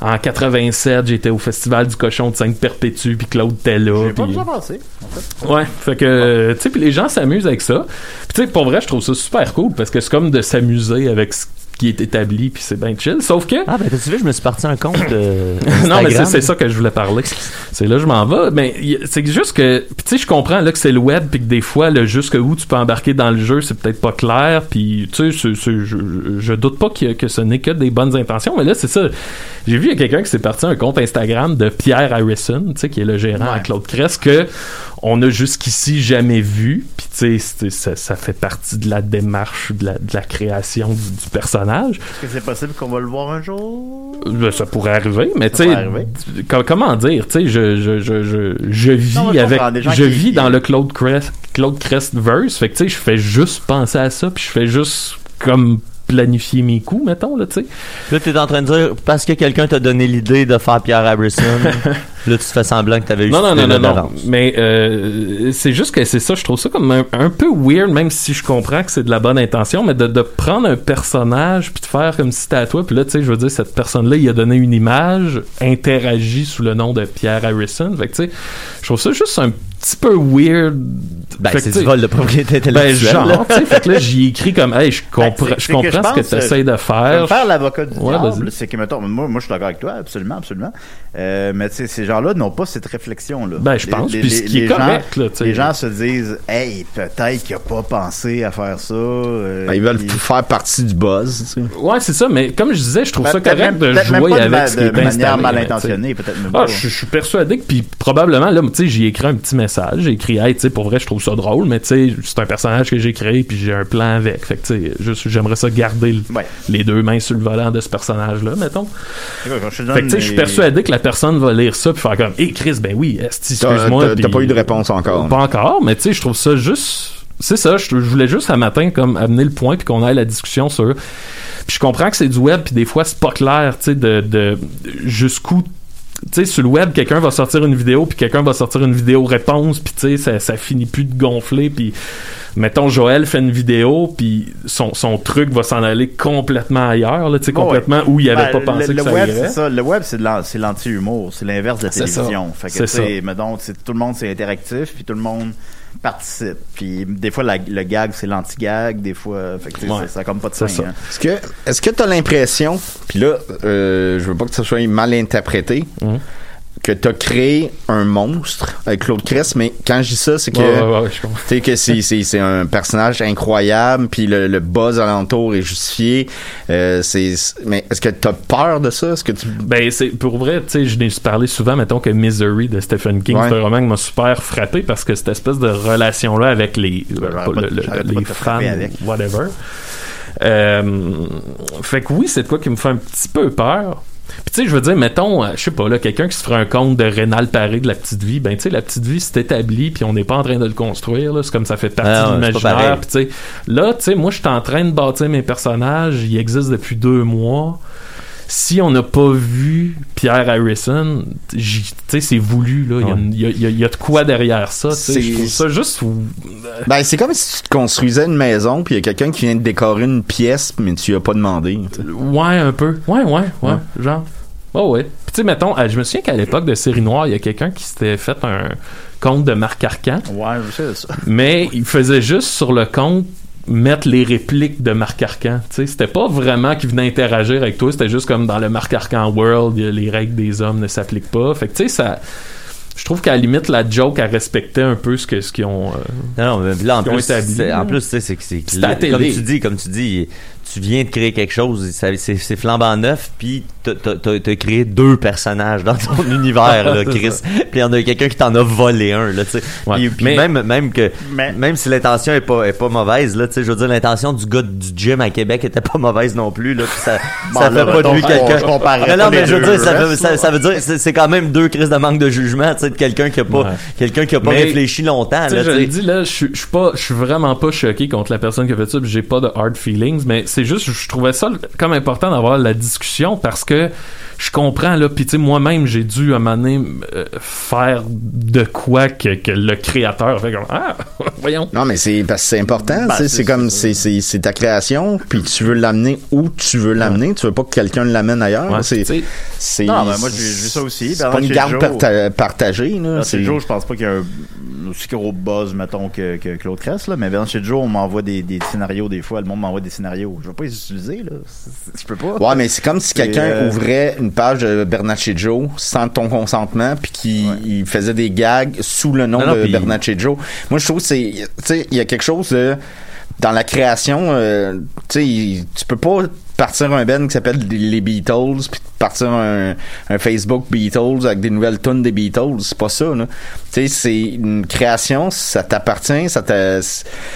[SPEAKER 7] en 87, j'étais au Festival du Cochon de Sainte-Perpétue, puis Claude était là.
[SPEAKER 6] Pas
[SPEAKER 7] puis-
[SPEAKER 6] déjà passé. en fait.
[SPEAKER 7] Ouais, fait que, euh, tu sais, puis les gens s'amusent avec ça. Puis tu sais, pour vrai, je trouve ça super cool parce que c'est comme de s'amuser avec ce qui est établi, puis c'est bien chill. Sauf que.
[SPEAKER 5] Ah, ben, t'as-tu vu, je me suis parti un compte. euh,
[SPEAKER 7] [laughs] non, mais c'est-
[SPEAKER 5] Instagram.
[SPEAKER 7] c'est ça que je voulais parler. C'est là que je m'en vais. Mais y- c'est juste que, puis tu sais, je comprends là que c'est le web, puis que des fois, le jusque où tu peux embarquer dans le jeu, c'est peut-être pas clair. Puis tu sais, c'est- c'est- je, je- je doute pas que, que ce n'est que des bonnes intentions. Mais là, c'est ça. J'ai vu il y a quelqu'un qui s'est parti un compte Instagram de Pierre Harrison, tu sais, qui est le gérant à Claude Crest, que on a jusqu'ici jamais vu. Puis tu sais, c'est- ça, ça fait partie de la démarche, de la, de la création du- du personnage.
[SPEAKER 6] Est-ce que c'est possible qu'on va le voir un jour?
[SPEAKER 7] Ben, ça pourrait arriver, mais tu
[SPEAKER 6] Ça
[SPEAKER 7] sais,
[SPEAKER 6] pourrait arriver.
[SPEAKER 7] tu- com- comment dire, tu sais, je, je, je, je, je vis
[SPEAKER 6] Non, mais je
[SPEAKER 7] avec,
[SPEAKER 6] comprends, des gens
[SPEAKER 7] je
[SPEAKER 6] qui-
[SPEAKER 7] vis
[SPEAKER 6] qui-
[SPEAKER 7] dans le Claude Crest, Claude Crest verse, fait que tu sais, je fais juste penser à ça, puis je fais juste comme planifier mes coups, mettons là, tu sais.
[SPEAKER 5] Là, t'es en train de dire, parce que quelqu'un t'a donné l'idée de faire Pierre
[SPEAKER 7] [laughs]
[SPEAKER 5] Harrison, là, tu te fais semblant que t'avais eu
[SPEAKER 7] Non, non,
[SPEAKER 5] cette
[SPEAKER 7] non,
[SPEAKER 5] idée-là
[SPEAKER 7] non, non.
[SPEAKER 5] d'avance.
[SPEAKER 7] Mais euh, c'est juste que c'est ça, je trouve ça comme un, un peu weird, même si je comprends que c'est de la bonne intention, mais de, de prendre un personnage puis de faire comme si c'était à toi, puis là, tu sais, je veux dire, cette personne-là, il a donné une image, interagit sous le nom de Pierre Harrison. Fait que, tu sais, je trouve ça juste un petit peu weird.
[SPEAKER 5] Ben,
[SPEAKER 7] Fait que,
[SPEAKER 5] c'est
[SPEAKER 7] tu sais,
[SPEAKER 5] du vol de propriété
[SPEAKER 7] Ben,
[SPEAKER 5] intellectuelle.
[SPEAKER 7] genre,
[SPEAKER 5] là.
[SPEAKER 7] tu sais, fait que là, j'y écris comme, hey, je comprends,
[SPEAKER 6] Ben, c'est-
[SPEAKER 7] je
[SPEAKER 6] c'est que je
[SPEAKER 7] comprends ce que
[SPEAKER 6] pense,
[SPEAKER 7] tu essaies de
[SPEAKER 6] Je vais me
[SPEAKER 7] faire.
[SPEAKER 6] faire l'avocat du
[SPEAKER 7] Ouais,
[SPEAKER 6] diable,
[SPEAKER 7] vas-y.
[SPEAKER 6] c'est que, mettons, moi, moi je suis d'accord avec toi, absolument, absolument. Euh, mais tu sais, ces gens-là n'ont pas cette réflexion-là.
[SPEAKER 7] Ben, je
[SPEAKER 6] Les-
[SPEAKER 7] pense,
[SPEAKER 6] les-
[SPEAKER 7] puis ce
[SPEAKER 6] les-
[SPEAKER 7] qui est
[SPEAKER 6] les gens-
[SPEAKER 7] correct, là, tu sais.
[SPEAKER 6] Les gens se disent, hey, peut-être qu'il n'a pas pensé à faire ça. euh,
[SPEAKER 8] Ben, ils veulent
[SPEAKER 6] puis-
[SPEAKER 8] faire partie du buzz, tu sais.
[SPEAKER 7] Ouais, c'est ça, mais comme je disais, je trouve
[SPEAKER 6] Ben,
[SPEAKER 7] ça
[SPEAKER 6] peut-être
[SPEAKER 7] correct
[SPEAKER 6] même-
[SPEAKER 7] de
[SPEAKER 6] peut-être même
[SPEAKER 7] jouer
[SPEAKER 6] pas de ma-
[SPEAKER 7] avec ce qui
[SPEAKER 6] de
[SPEAKER 7] est
[SPEAKER 6] manière
[SPEAKER 7] installé,
[SPEAKER 6] mal
[SPEAKER 7] mais, tu sais.
[SPEAKER 6] intentionnée, peut-être même
[SPEAKER 7] Ah,
[SPEAKER 6] pas.
[SPEAKER 7] je, je suis persuadé que puis probablement là, tu sais, j'ai écrit un petit message, j'ai écrit hey, tu sais, pour vrai, je trouve ça drôle, mais tu sais, c'est un personnage que j'ai créé puis j'ai un plan avec. Fait que tu sais, juste, j'aimerais ça garder le-
[SPEAKER 6] Ouais.
[SPEAKER 7] les deux mains sur le volant de ce personnage là, mettons.
[SPEAKER 6] Quand
[SPEAKER 7] Fait
[SPEAKER 6] je te
[SPEAKER 7] que
[SPEAKER 6] donne
[SPEAKER 7] tu sais, je suis
[SPEAKER 6] les-
[SPEAKER 7] persuadé que la personne va lire ça puis faire comme "Hé Chris, ben oui, esti,
[SPEAKER 8] T'as-
[SPEAKER 7] excuse-moi."
[SPEAKER 8] t'as-
[SPEAKER 7] puis-
[SPEAKER 8] T'as pas eu de réponse encore.
[SPEAKER 7] Pas encore, mais tu sais, je trouve ça juste c'est ça, je, je voulais juste un matin comme amener le point puis qu'on ait la discussion sur puis je comprends que c'est du web, puis des fois, c'est pas clair, tu sais, de, de jusqu'où. Tu sais, sur le web, quelqu'un va sortir une vidéo, puis quelqu'un va sortir une vidéo réponse, puis tu sais, ça, ça finit plus de gonfler, puis mettons, Joël fait une vidéo, puis son, son truc va s'en aller complètement ailleurs, là, tu sais,
[SPEAKER 6] Ouais,
[SPEAKER 7] complètement où il avait
[SPEAKER 6] Ben,
[SPEAKER 7] pas pensé
[SPEAKER 6] le,
[SPEAKER 7] que
[SPEAKER 6] le
[SPEAKER 7] ça
[SPEAKER 6] web,
[SPEAKER 7] irait.
[SPEAKER 6] c'est ça. Le web, c'est de l'an- c'est l'anti-humour. C'est l'inverse de la
[SPEAKER 7] C'est ça.
[SPEAKER 6] télévision. Fait que,
[SPEAKER 7] C'est
[SPEAKER 6] tu sais,
[SPEAKER 7] ça.
[SPEAKER 6] mettons, c'est- tout le monde, c'est interactif, puis tout le monde participe. Puis des fois, la- le gag, c'est l'anti-gag. Des fois, fait que, tu sais,
[SPEAKER 7] Ouais.
[SPEAKER 6] ça, ça a comme pas de
[SPEAKER 7] C'est
[SPEAKER 6] sens.
[SPEAKER 7] ça.
[SPEAKER 6] hein.
[SPEAKER 8] Est-ce que
[SPEAKER 7] Mhm.
[SPEAKER 8] est-ce que t'as l'impression, puis là, euh, je veux pas que ça soit mal interprété, que t'as créé un monstre avec Claude Cress, mais quand je dis ça, c'est que
[SPEAKER 7] Ouais, ouais, ouais, je comprends.
[SPEAKER 8] tu sais que c'est c'est c'est un personnage incroyable, puis le, le buzz alentour est justifié. Euh, c'est c'est- mais est-ce que t'as peur de ça Est-ce que tu
[SPEAKER 7] Ben, c'est pour vrai, tu sais, je n'ai parlé souvent, mettons que Misery de Stephen King,
[SPEAKER 8] Ouais.
[SPEAKER 7] c'est un roman qui m'a super frappé parce que cette espèce de relation-là avec les, euh,
[SPEAKER 6] J'arrête
[SPEAKER 7] pas
[SPEAKER 6] pas de-
[SPEAKER 7] le- le-
[SPEAKER 6] j'arrête pas
[SPEAKER 7] les
[SPEAKER 6] de te
[SPEAKER 7] fans,
[SPEAKER 6] frapper avec.
[SPEAKER 7] whatever. Euh, fait que oui, c'est de quoi qui me fait un petit peu peur. Puis tu sais, je veux dire, mettons, euh, je sais pas, là, quelqu'un qui se ferait un compte de Rénal Paré de la petite vie, ben tu sais, la petite vie c'est établi, puis on n'est pas en train de le construire, là, c'est comme ça fait partie de
[SPEAKER 9] Ah, ouais, c'est pas
[SPEAKER 7] l'imaginaire.
[SPEAKER 9] pareil.
[SPEAKER 7] Puis tu sais, là, tu sais, moi je suis en train de bâtir mes personnages, ils existent depuis deux mois si on n'a pas vu Pierre Harrison, j'y- tu sais, c'est voulu, là. Il y a- Il y, a- il y a- il y a de quoi derrière ça, tu sais.
[SPEAKER 8] C'est-
[SPEAKER 7] Je trouve ça juste. fou.
[SPEAKER 8] Ben, c'est comme si tu te construisais une maison, puis il y a quelqu'un qui vient de décorer une pièce, mais tu lui as pas demandé. tu sais.
[SPEAKER 7] Ouais, un peu. Ouais, ouais, ouais.
[SPEAKER 6] [laughs]
[SPEAKER 7] Genre. Oh, ouais. Puis, tu sais, mettons, à- je me souviens qu'à l'époque de Série Noire, il y a quelqu'un qui s'était fait un compte de Marc Arcan.
[SPEAKER 6] Ouais, je sais ça.
[SPEAKER 7] mais il faisait juste sur le compte mettre les répliques de Marc Arcan. Tu sais, C'était pas vraiment qu'il venait interagir avec toi, c'était juste comme dans le Marc Arcan World, il y a les règles des hommes ne s'appliquent pas. Fait que tu sais, ça. Je trouve qu'à la limite, la joke, elle respectait un peu ce que ce qu'ils ont. euh,
[SPEAKER 9] Non, non, mais là, en
[SPEAKER 7] Ils ont
[SPEAKER 9] plus,
[SPEAKER 7] établi,
[SPEAKER 9] c'est-
[SPEAKER 7] là.
[SPEAKER 9] en plus, tu sais, c'est que c'est
[SPEAKER 7] C'est à la
[SPEAKER 9] comme
[SPEAKER 7] télé.
[SPEAKER 9] tu dis, comme tu dis, tu viens de créer quelque chose, ça- c'est c'est flambant neuf, puis t'as- t'as t'as- t'as créé deux personnages dans ton
[SPEAKER 7] [laughs]
[SPEAKER 9] univers, là,
[SPEAKER 7] C'est
[SPEAKER 9] Chris.
[SPEAKER 7] ça.
[SPEAKER 9] Puis il y en a quelqu'un qui t'en a volé un, là, tu sais.
[SPEAKER 7] Ouais.
[SPEAKER 9] Puis- puis
[SPEAKER 7] Mais-
[SPEAKER 9] même, même que,
[SPEAKER 6] Mais-
[SPEAKER 9] même si l'intention est pas, est pas mauvaise, là, tu sais, je veux dire, l'intention du gars du gym à Québec était pas mauvaise non plus, là, puis ça,
[SPEAKER 6] Bon,
[SPEAKER 9] ça
[SPEAKER 6] là,
[SPEAKER 9] fait pas de lui
[SPEAKER 6] mettons,
[SPEAKER 9] quelqu'un.
[SPEAKER 6] je comparerais
[SPEAKER 9] Mais non,
[SPEAKER 6] pas
[SPEAKER 9] mais
[SPEAKER 6] les
[SPEAKER 9] je veux
[SPEAKER 6] deux
[SPEAKER 9] dire, ça veut,
[SPEAKER 6] restes,
[SPEAKER 9] ça, ça veut dire, c'est c'est quand même deux crises de manque de jugement, tu sais, de quelqu'un qui a pas,
[SPEAKER 7] Ouais.
[SPEAKER 9] quelqu'un qui a pas
[SPEAKER 7] Mais-
[SPEAKER 9] réfléchi longtemps,
[SPEAKER 7] Tu
[SPEAKER 9] Ah, là,
[SPEAKER 7] sais, je
[SPEAKER 9] tu
[SPEAKER 7] le
[SPEAKER 9] sais.
[SPEAKER 7] dis là, je suis je suis pas, je suis vraiment pas choqué contre la personne qui a fait ça, puis j'ai pas de hard feelings, mais c'est juste, je trouvais ça le- comme important d'avoir la discussion parce que je comprends là, puis tu sais, moi-même j'ai dû à un moment donné, euh, faire de quoi que, que le créateur fait comme ah,
[SPEAKER 9] Ben
[SPEAKER 7] voyons.
[SPEAKER 8] Non, mais c'est parce que c'est important.
[SPEAKER 6] Ben,
[SPEAKER 8] tu sais, c'est comme c'est c'est c'est ta création, puis tu veux l'amener où tu veux l'amener. Tu veux pas que quelqu'un l'amène ailleurs.
[SPEAKER 7] Ouais,
[SPEAKER 8] c'est
[SPEAKER 7] tu sais,
[SPEAKER 8] c'est
[SPEAKER 6] Non, ben, moi, j'ai vu ça aussi.
[SPEAKER 8] C'est
[SPEAKER 6] Pendant
[SPEAKER 8] pas une
[SPEAKER 6] chez
[SPEAKER 8] garde
[SPEAKER 6] Joe.
[SPEAKER 8] parta- partagée. Là,
[SPEAKER 6] Dans chez Joe, je pense pas qu'il y a un aussi gros buzz, mettons, que, que Claude Cress, là. Mais dans chez Joe, on m'envoie des, des scénarios des fois. Le monde m'envoie des scénarios. Je vais pas les utiliser, là. C'est- c'est- Je peux pas.
[SPEAKER 8] Ouais, mais c'est comme si quelqu'un
[SPEAKER 6] euh,
[SPEAKER 8] ouvrait une page de Bernacchi Joe sans ton consentement, puis qu'il il faisait des gags sous le nom
[SPEAKER 9] Non, non,
[SPEAKER 8] de
[SPEAKER 9] puis-
[SPEAKER 8] Bernacchi Joe. Moi, je trouve que c'est, tu sais, il y a quelque chose de- dans la création, euh, tu sais, il- tu peux pas partir un band qui s'appelle les Beatles puis partir un, un Facebook Beatles avec des nouvelles tunes des Beatles c'est pas ça là tu sais c'est une création ça t'appartient ça t'a-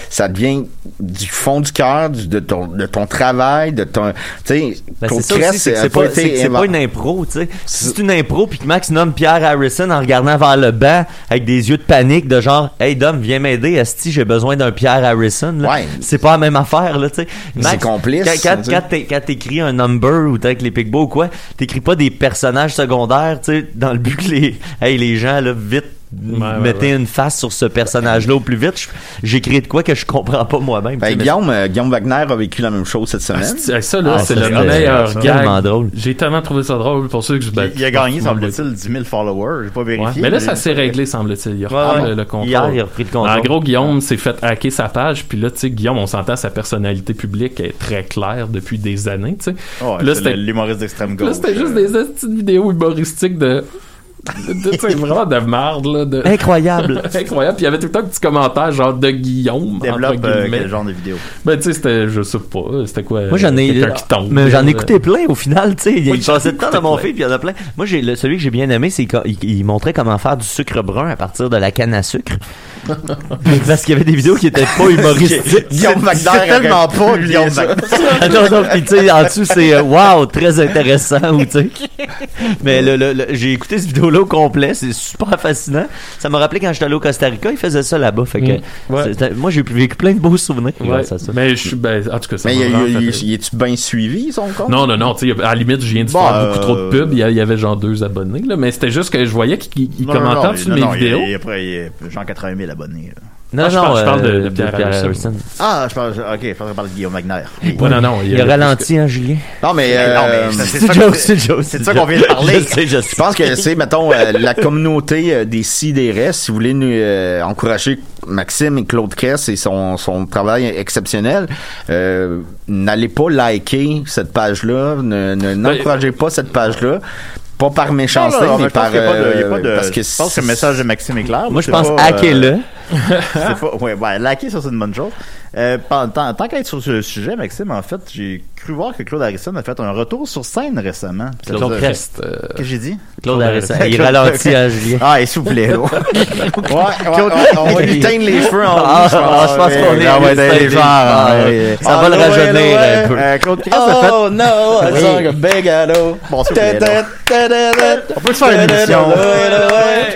[SPEAKER 8] ça devient du fond du cœur du- de ton de ton travail de ton tu sais
[SPEAKER 9] Ben,
[SPEAKER 8] Claude
[SPEAKER 9] c'est ça aussi,
[SPEAKER 8] Crest,
[SPEAKER 9] c'est que
[SPEAKER 8] a
[SPEAKER 9] c'est pas,
[SPEAKER 8] été
[SPEAKER 9] c'est que c'est pas
[SPEAKER 8] invent-
[SPEAKER 9] une impro, tu sais. Si c'est une impro puis que Max nomme Pierre Harrison en regardant vers le banc avec des yeux de panique de genre Hey Dom, viens m'aider, Asti, j'ai besoin d'un Pierre Harrison. là.
[SPEAKER 8] Ouais.
[SPEAKER 9] C'est pas la même affaire, là, tu sais. Max,
[SPEAKER 8] c'est complice,
[SPEAKER 9] quand- Quand,
[SPEAKER 8] tu sais.
[SPEAKER 9] quand t'é- quand t'écris un number ou t'es avec les Pigbo ou quoi, t'écris pas des personnages secondaires, tu sais, dans le but que les, [laughs] hey, les gens, là, vite.
[SPEAKER 7] ouais,
[SPEAKER 9] mettez une face sur ce personnage-là au plus vite. Je- J'écris de quoi que je comprends pas moi-même.
[SPEAKER 8] Ben,
[SPEAKER 9] tu sais, mais-
[SPEAKER 8] Guillaume, euh, Guillaume Wagner a vécu la même chose cette semaine.
[SPEAKER 7] c'est- ça là,
[SPEAKER 9] Ah,
[SPEAKER 7] c'est
[SPEAKER 9] ça,
[SPEAKER 7] le
[SPEAKER 9] c'est-
[SPEAKER 7] meilleur
[SPEAKER 9] c'est tellement
[SPEAKER 7] gag.
[SPEAKER 9] drôle.
[SPEAKER 7] J'ai tellement trouvé ça drôle pour ceux que je
[SPEAKER 6] Il- il a gagné, semble-t-il, 10 000 followers. J'ai pas
[SPEAKER 7] Ouais.
[SPEAKER 6] vérifié.
[SPEAKER 7] Mais là,
[SPEAKER 6] j'ai-
[SPEAKER 7] ça s'est réglé, semble-t-il. Il a
[SPEAKER 9] Ouais,
[SPEAKER 7] repris
[SPEAKER 9] ouais.
[SPEAKER 7] le, le contrôle.
[SPEAKER 9] Hier, il a repris le contrôle.
[SPEAKER 7] En gros, Guillaume s'est fait hacker sa page, puis là, tu sais, Guillaume, on s'entend, sa personnalité publique est très claire depuis des années, tu sais.
[SPEAKER 6] Ouais,
[SPEAKER 7] Puis là,
[SPEAKER 6] c'est
[SPEAKER 7] c'était-
[SPEAKER 6] le- l'humoriste d'extrême
[SPEAKER 7] Là,
[SPEAKER 6] gauche. euh.
[SPEAKER 7] c'était juste des petites vidéos humoristiques de. de- de- tu sais, vraiment de marde, là. De...
[SPEAKER 9] Incroyable.
[SPEAKER 7] [laughs] Incroyable. Puis il y avait tout le temps un petit commentaire, genre de Guillaume.
[SPEAKER 6] Développe
[SPEAKER 7] entre
[SPEAKER 6] euh,
[SPEAKER 7] guillemets.
[SPEAKER 6] quel genre de vidéo.
[SPEAKER 7] Ben, tu sais, c'était, je sais pas, c'était quoi.
[SPEAKER 9] Moi, j'en ai.
[SPEAKER 7] Quelqu'un qui tombe.
[SPEAKER 9] Mais j'en ai
[SPEAKER 7] Euh,
[SPEAKER 9] écouté plein au final, tu sais. Il
[SPEAKER 7] Oui,
[SPEAKER 9] y
[SPEAKER 7] j'en ai
[SPEAKER 9] passait tant
[SPEAKER 7] écouté
[SPEAKER 9] dans mon
[SPEAKER 7] plein.
[SPEAKER 9] fil, puis il y en a plein. Moi, j'ai le, celui que j'ai bien aimé, c'est qu'il il montrait comment faire du sucre brun à partir de la canne à sucre. [laughs] Parce qu'il y avait des vidéos qui étaient
[SPEAKER 7] [laughs]
[SPEAKER 9] pas humoristiques.
[SPEAKER 8] Guillaume Wagner
[SPEAKER 9] C'est
[SPEAKER 8] aurait
[SPEAKER 9] tellement
[SPEAKER 8] pu
[SPEAKER 9] pas
[SPEAKER 8] lire
[SPEAKER 9] Guillaume
[SPEAKER 8] ça.
[SPEAKER 9] Wagner. [laughs] Ah non, non, puis tu sais, en dessous, c'est euh, wow, très intéressant, ou tu sais. Mais le, le- le- j'ai écouté cette vidéo-là au complet, c'est super fascinant. Ça m'a rappelé quand j'étais allé au Costa Rica, ils faisaient ça là-bas. Fait que,
[SPEAKER 7] Mm. Ouais.
[SPEAKER 9] c'était- moi, j'ai vécu plein de beaux souvenirs.
[SPEAKER 7] Ouais,
[SPEAKER 9] grâce à ça.
[SPEAKER 7] mais je suis. Ben, en tout cas, ça
[SPEAKER 8] Mais il,
[SPEAKER 7] m'a
[SPEAKER 8] y a-
[SPEAKER 7] vraiment
[SPEAKER 8] il y a-
[SPEAKER 7] fait-
[SPEAKER 8] il est-tu bien suivi, son compte?
[SPEAKER 7] Non, non, non. tu sais, À la limite, je viens de
[SPEAKER 6] Bon,
[SPEAKER 7] faire beaucoup
[SPEAKER 6] euh,
[SPEAKER 7] trop de pubs. Il y a- il y avait genre deux abonnés, là, mais c'était juste que je voyais qu'ils
[SPEAKER 6] Non, non,
[SPEAKER 7] commentaient
[SPEAKER 6] non,
[SPEAKER 7] en dessous
[SPEAKER 6] non,
[SPEAKER 7] de mes
[SPEAKER 6] non, il y a-
[SPEAKER 7] vidéos.
[SPEAKER 6] il y a- après, il y a genre 80 000 abonnés. là.
[SPEAKER 9] Non,
[SPEAKER 7] Ah, je parle- je parle de- de Pierre Harrison.
[SPEAKER 6] Ah, je parle. Ok, je pense qu'on parle de Guillaume Wagner. Oui.
[SPEAKER 7] Ouais, non, non.
[SPEAKER 9] Il a
[SPEAKER 7] avait
[SPEAKER 9] ralenti, hein, Julien?
[SPEAKER 8] Non, mais,
[SPEAKER 6] Mais non, mais
[SPEAKER 8] euh,
[SPEAKER 6] ça, c'est
[SPEAKER 9] C'est
[SPEAKER 6] ça
[SPEAKER 9] Joe,
[SPEAKER 6] qu'on-
[SPEAKER 9] c'est Joe,
[SPEAKER 6] c'est
[SPEAKER 9] c'est
[SPEAKER 6] de ça qu'on vient de parler.
[SPEAKER 9] Je sais, je sais.
[SPEAKER 8] Je pense que c'est, mettons, [laughs] euh, la communauté euh, des CIDRS, si vous voulez nous euh, encourager Maxime et Claude Cress et son, son travail exceptionnel, euh, n'allez pas liker cette page-là, ne, ne- n'encouragez pas cette page-là. Pas par méchanceté,
[SPEAKER 6] Ben, Non, non,
[SPEAKER 8] mais,
[SPEAKER 6] mais je pense
[SPEAKER 8] par.
[SPEAKER 6] qu'il y a pas de-
[SPEAKER 8] euh,
[SPEAKER 6] il y a pas de-
[SPEAKER 8] parce que
[SPEAKER 6] je pense que le message de Maxime est clair.
[SPEAKER 8] Moi,
[SPEAKER 6] Moi,
[SPEAKER 8] je
[SPEAKER 6] c'est
[SPEAKER 8] pense
[SPEAKER 6] pas, euh,
[SPEAKER 8] hackez-le.
[SPEAKER 6] [laughs] c'est pas- ouais, ouais, laquer, ça, c'est une bonne chose. Euh, pen- tant tant qu'à être sur ce sujet, Maxime, en fait, j'ai cru voir que Claude Harrison a fait un retour sur scène récemment.
[SPEAKER 9] Claude
[SPEAKER 6] Ça veut dire-
[SPEAKER 9] Crest, euh,
[SPEAKER 6] Qu'est-ce que j'ai dit?
[SPEAKER 9] Claude Harrison. Il ralentit, hein, Julien.
[SPEAKER 6] [laughs] Ah, il soufflait, là.
[SPEAKER 8] Ouais, ouais, ouais, on va lui teindre
[SPEAKER 9] [laughs]
[SPEAKER 8] les cheveux
[SPEAKER 6] [laughs]
[SPEAKER 8] en
[SPEAKER 6] Ah,
[SPEAKER 8] rouge, je pense.
[SPEAKER 6] ah, je pense
[SPEAKER 8] Ouais,
[SPEAKER 6] qu'on
[SPEAKER 8] ouais,
[SPEAKER 6] est-
[SPEAKER 8] on va
[SPEAKER 6] c'est
[SPEAKER 8] teindre les
[SPEAKER 6] les
[SPEAKER 8] gens,
[SPEAKER 6] gens,
[SPEAKER 8] ouais,
[SPEAKER 6] ah, ouais.
[SPEAKER 8] ouais.
[SPEAKER 6] Ça va le
[SPEAKER 8] Ah, ouais,
[SPEAKER 6] rajeunir
[SPEAKER 8] ouais.
[SPEAKER 6] un peu.
[SPEAKER 8] Euh, Claude Crest a fait-
[SPEAKER 6] Oh, no, a
[SPEAKER 8] Oui.
[SPEAKER 6] song of Bon, s'il vous plaît, là.
[SPEAKER 8] On
[SPEAKER 6] peut se faire une émission. [laughs]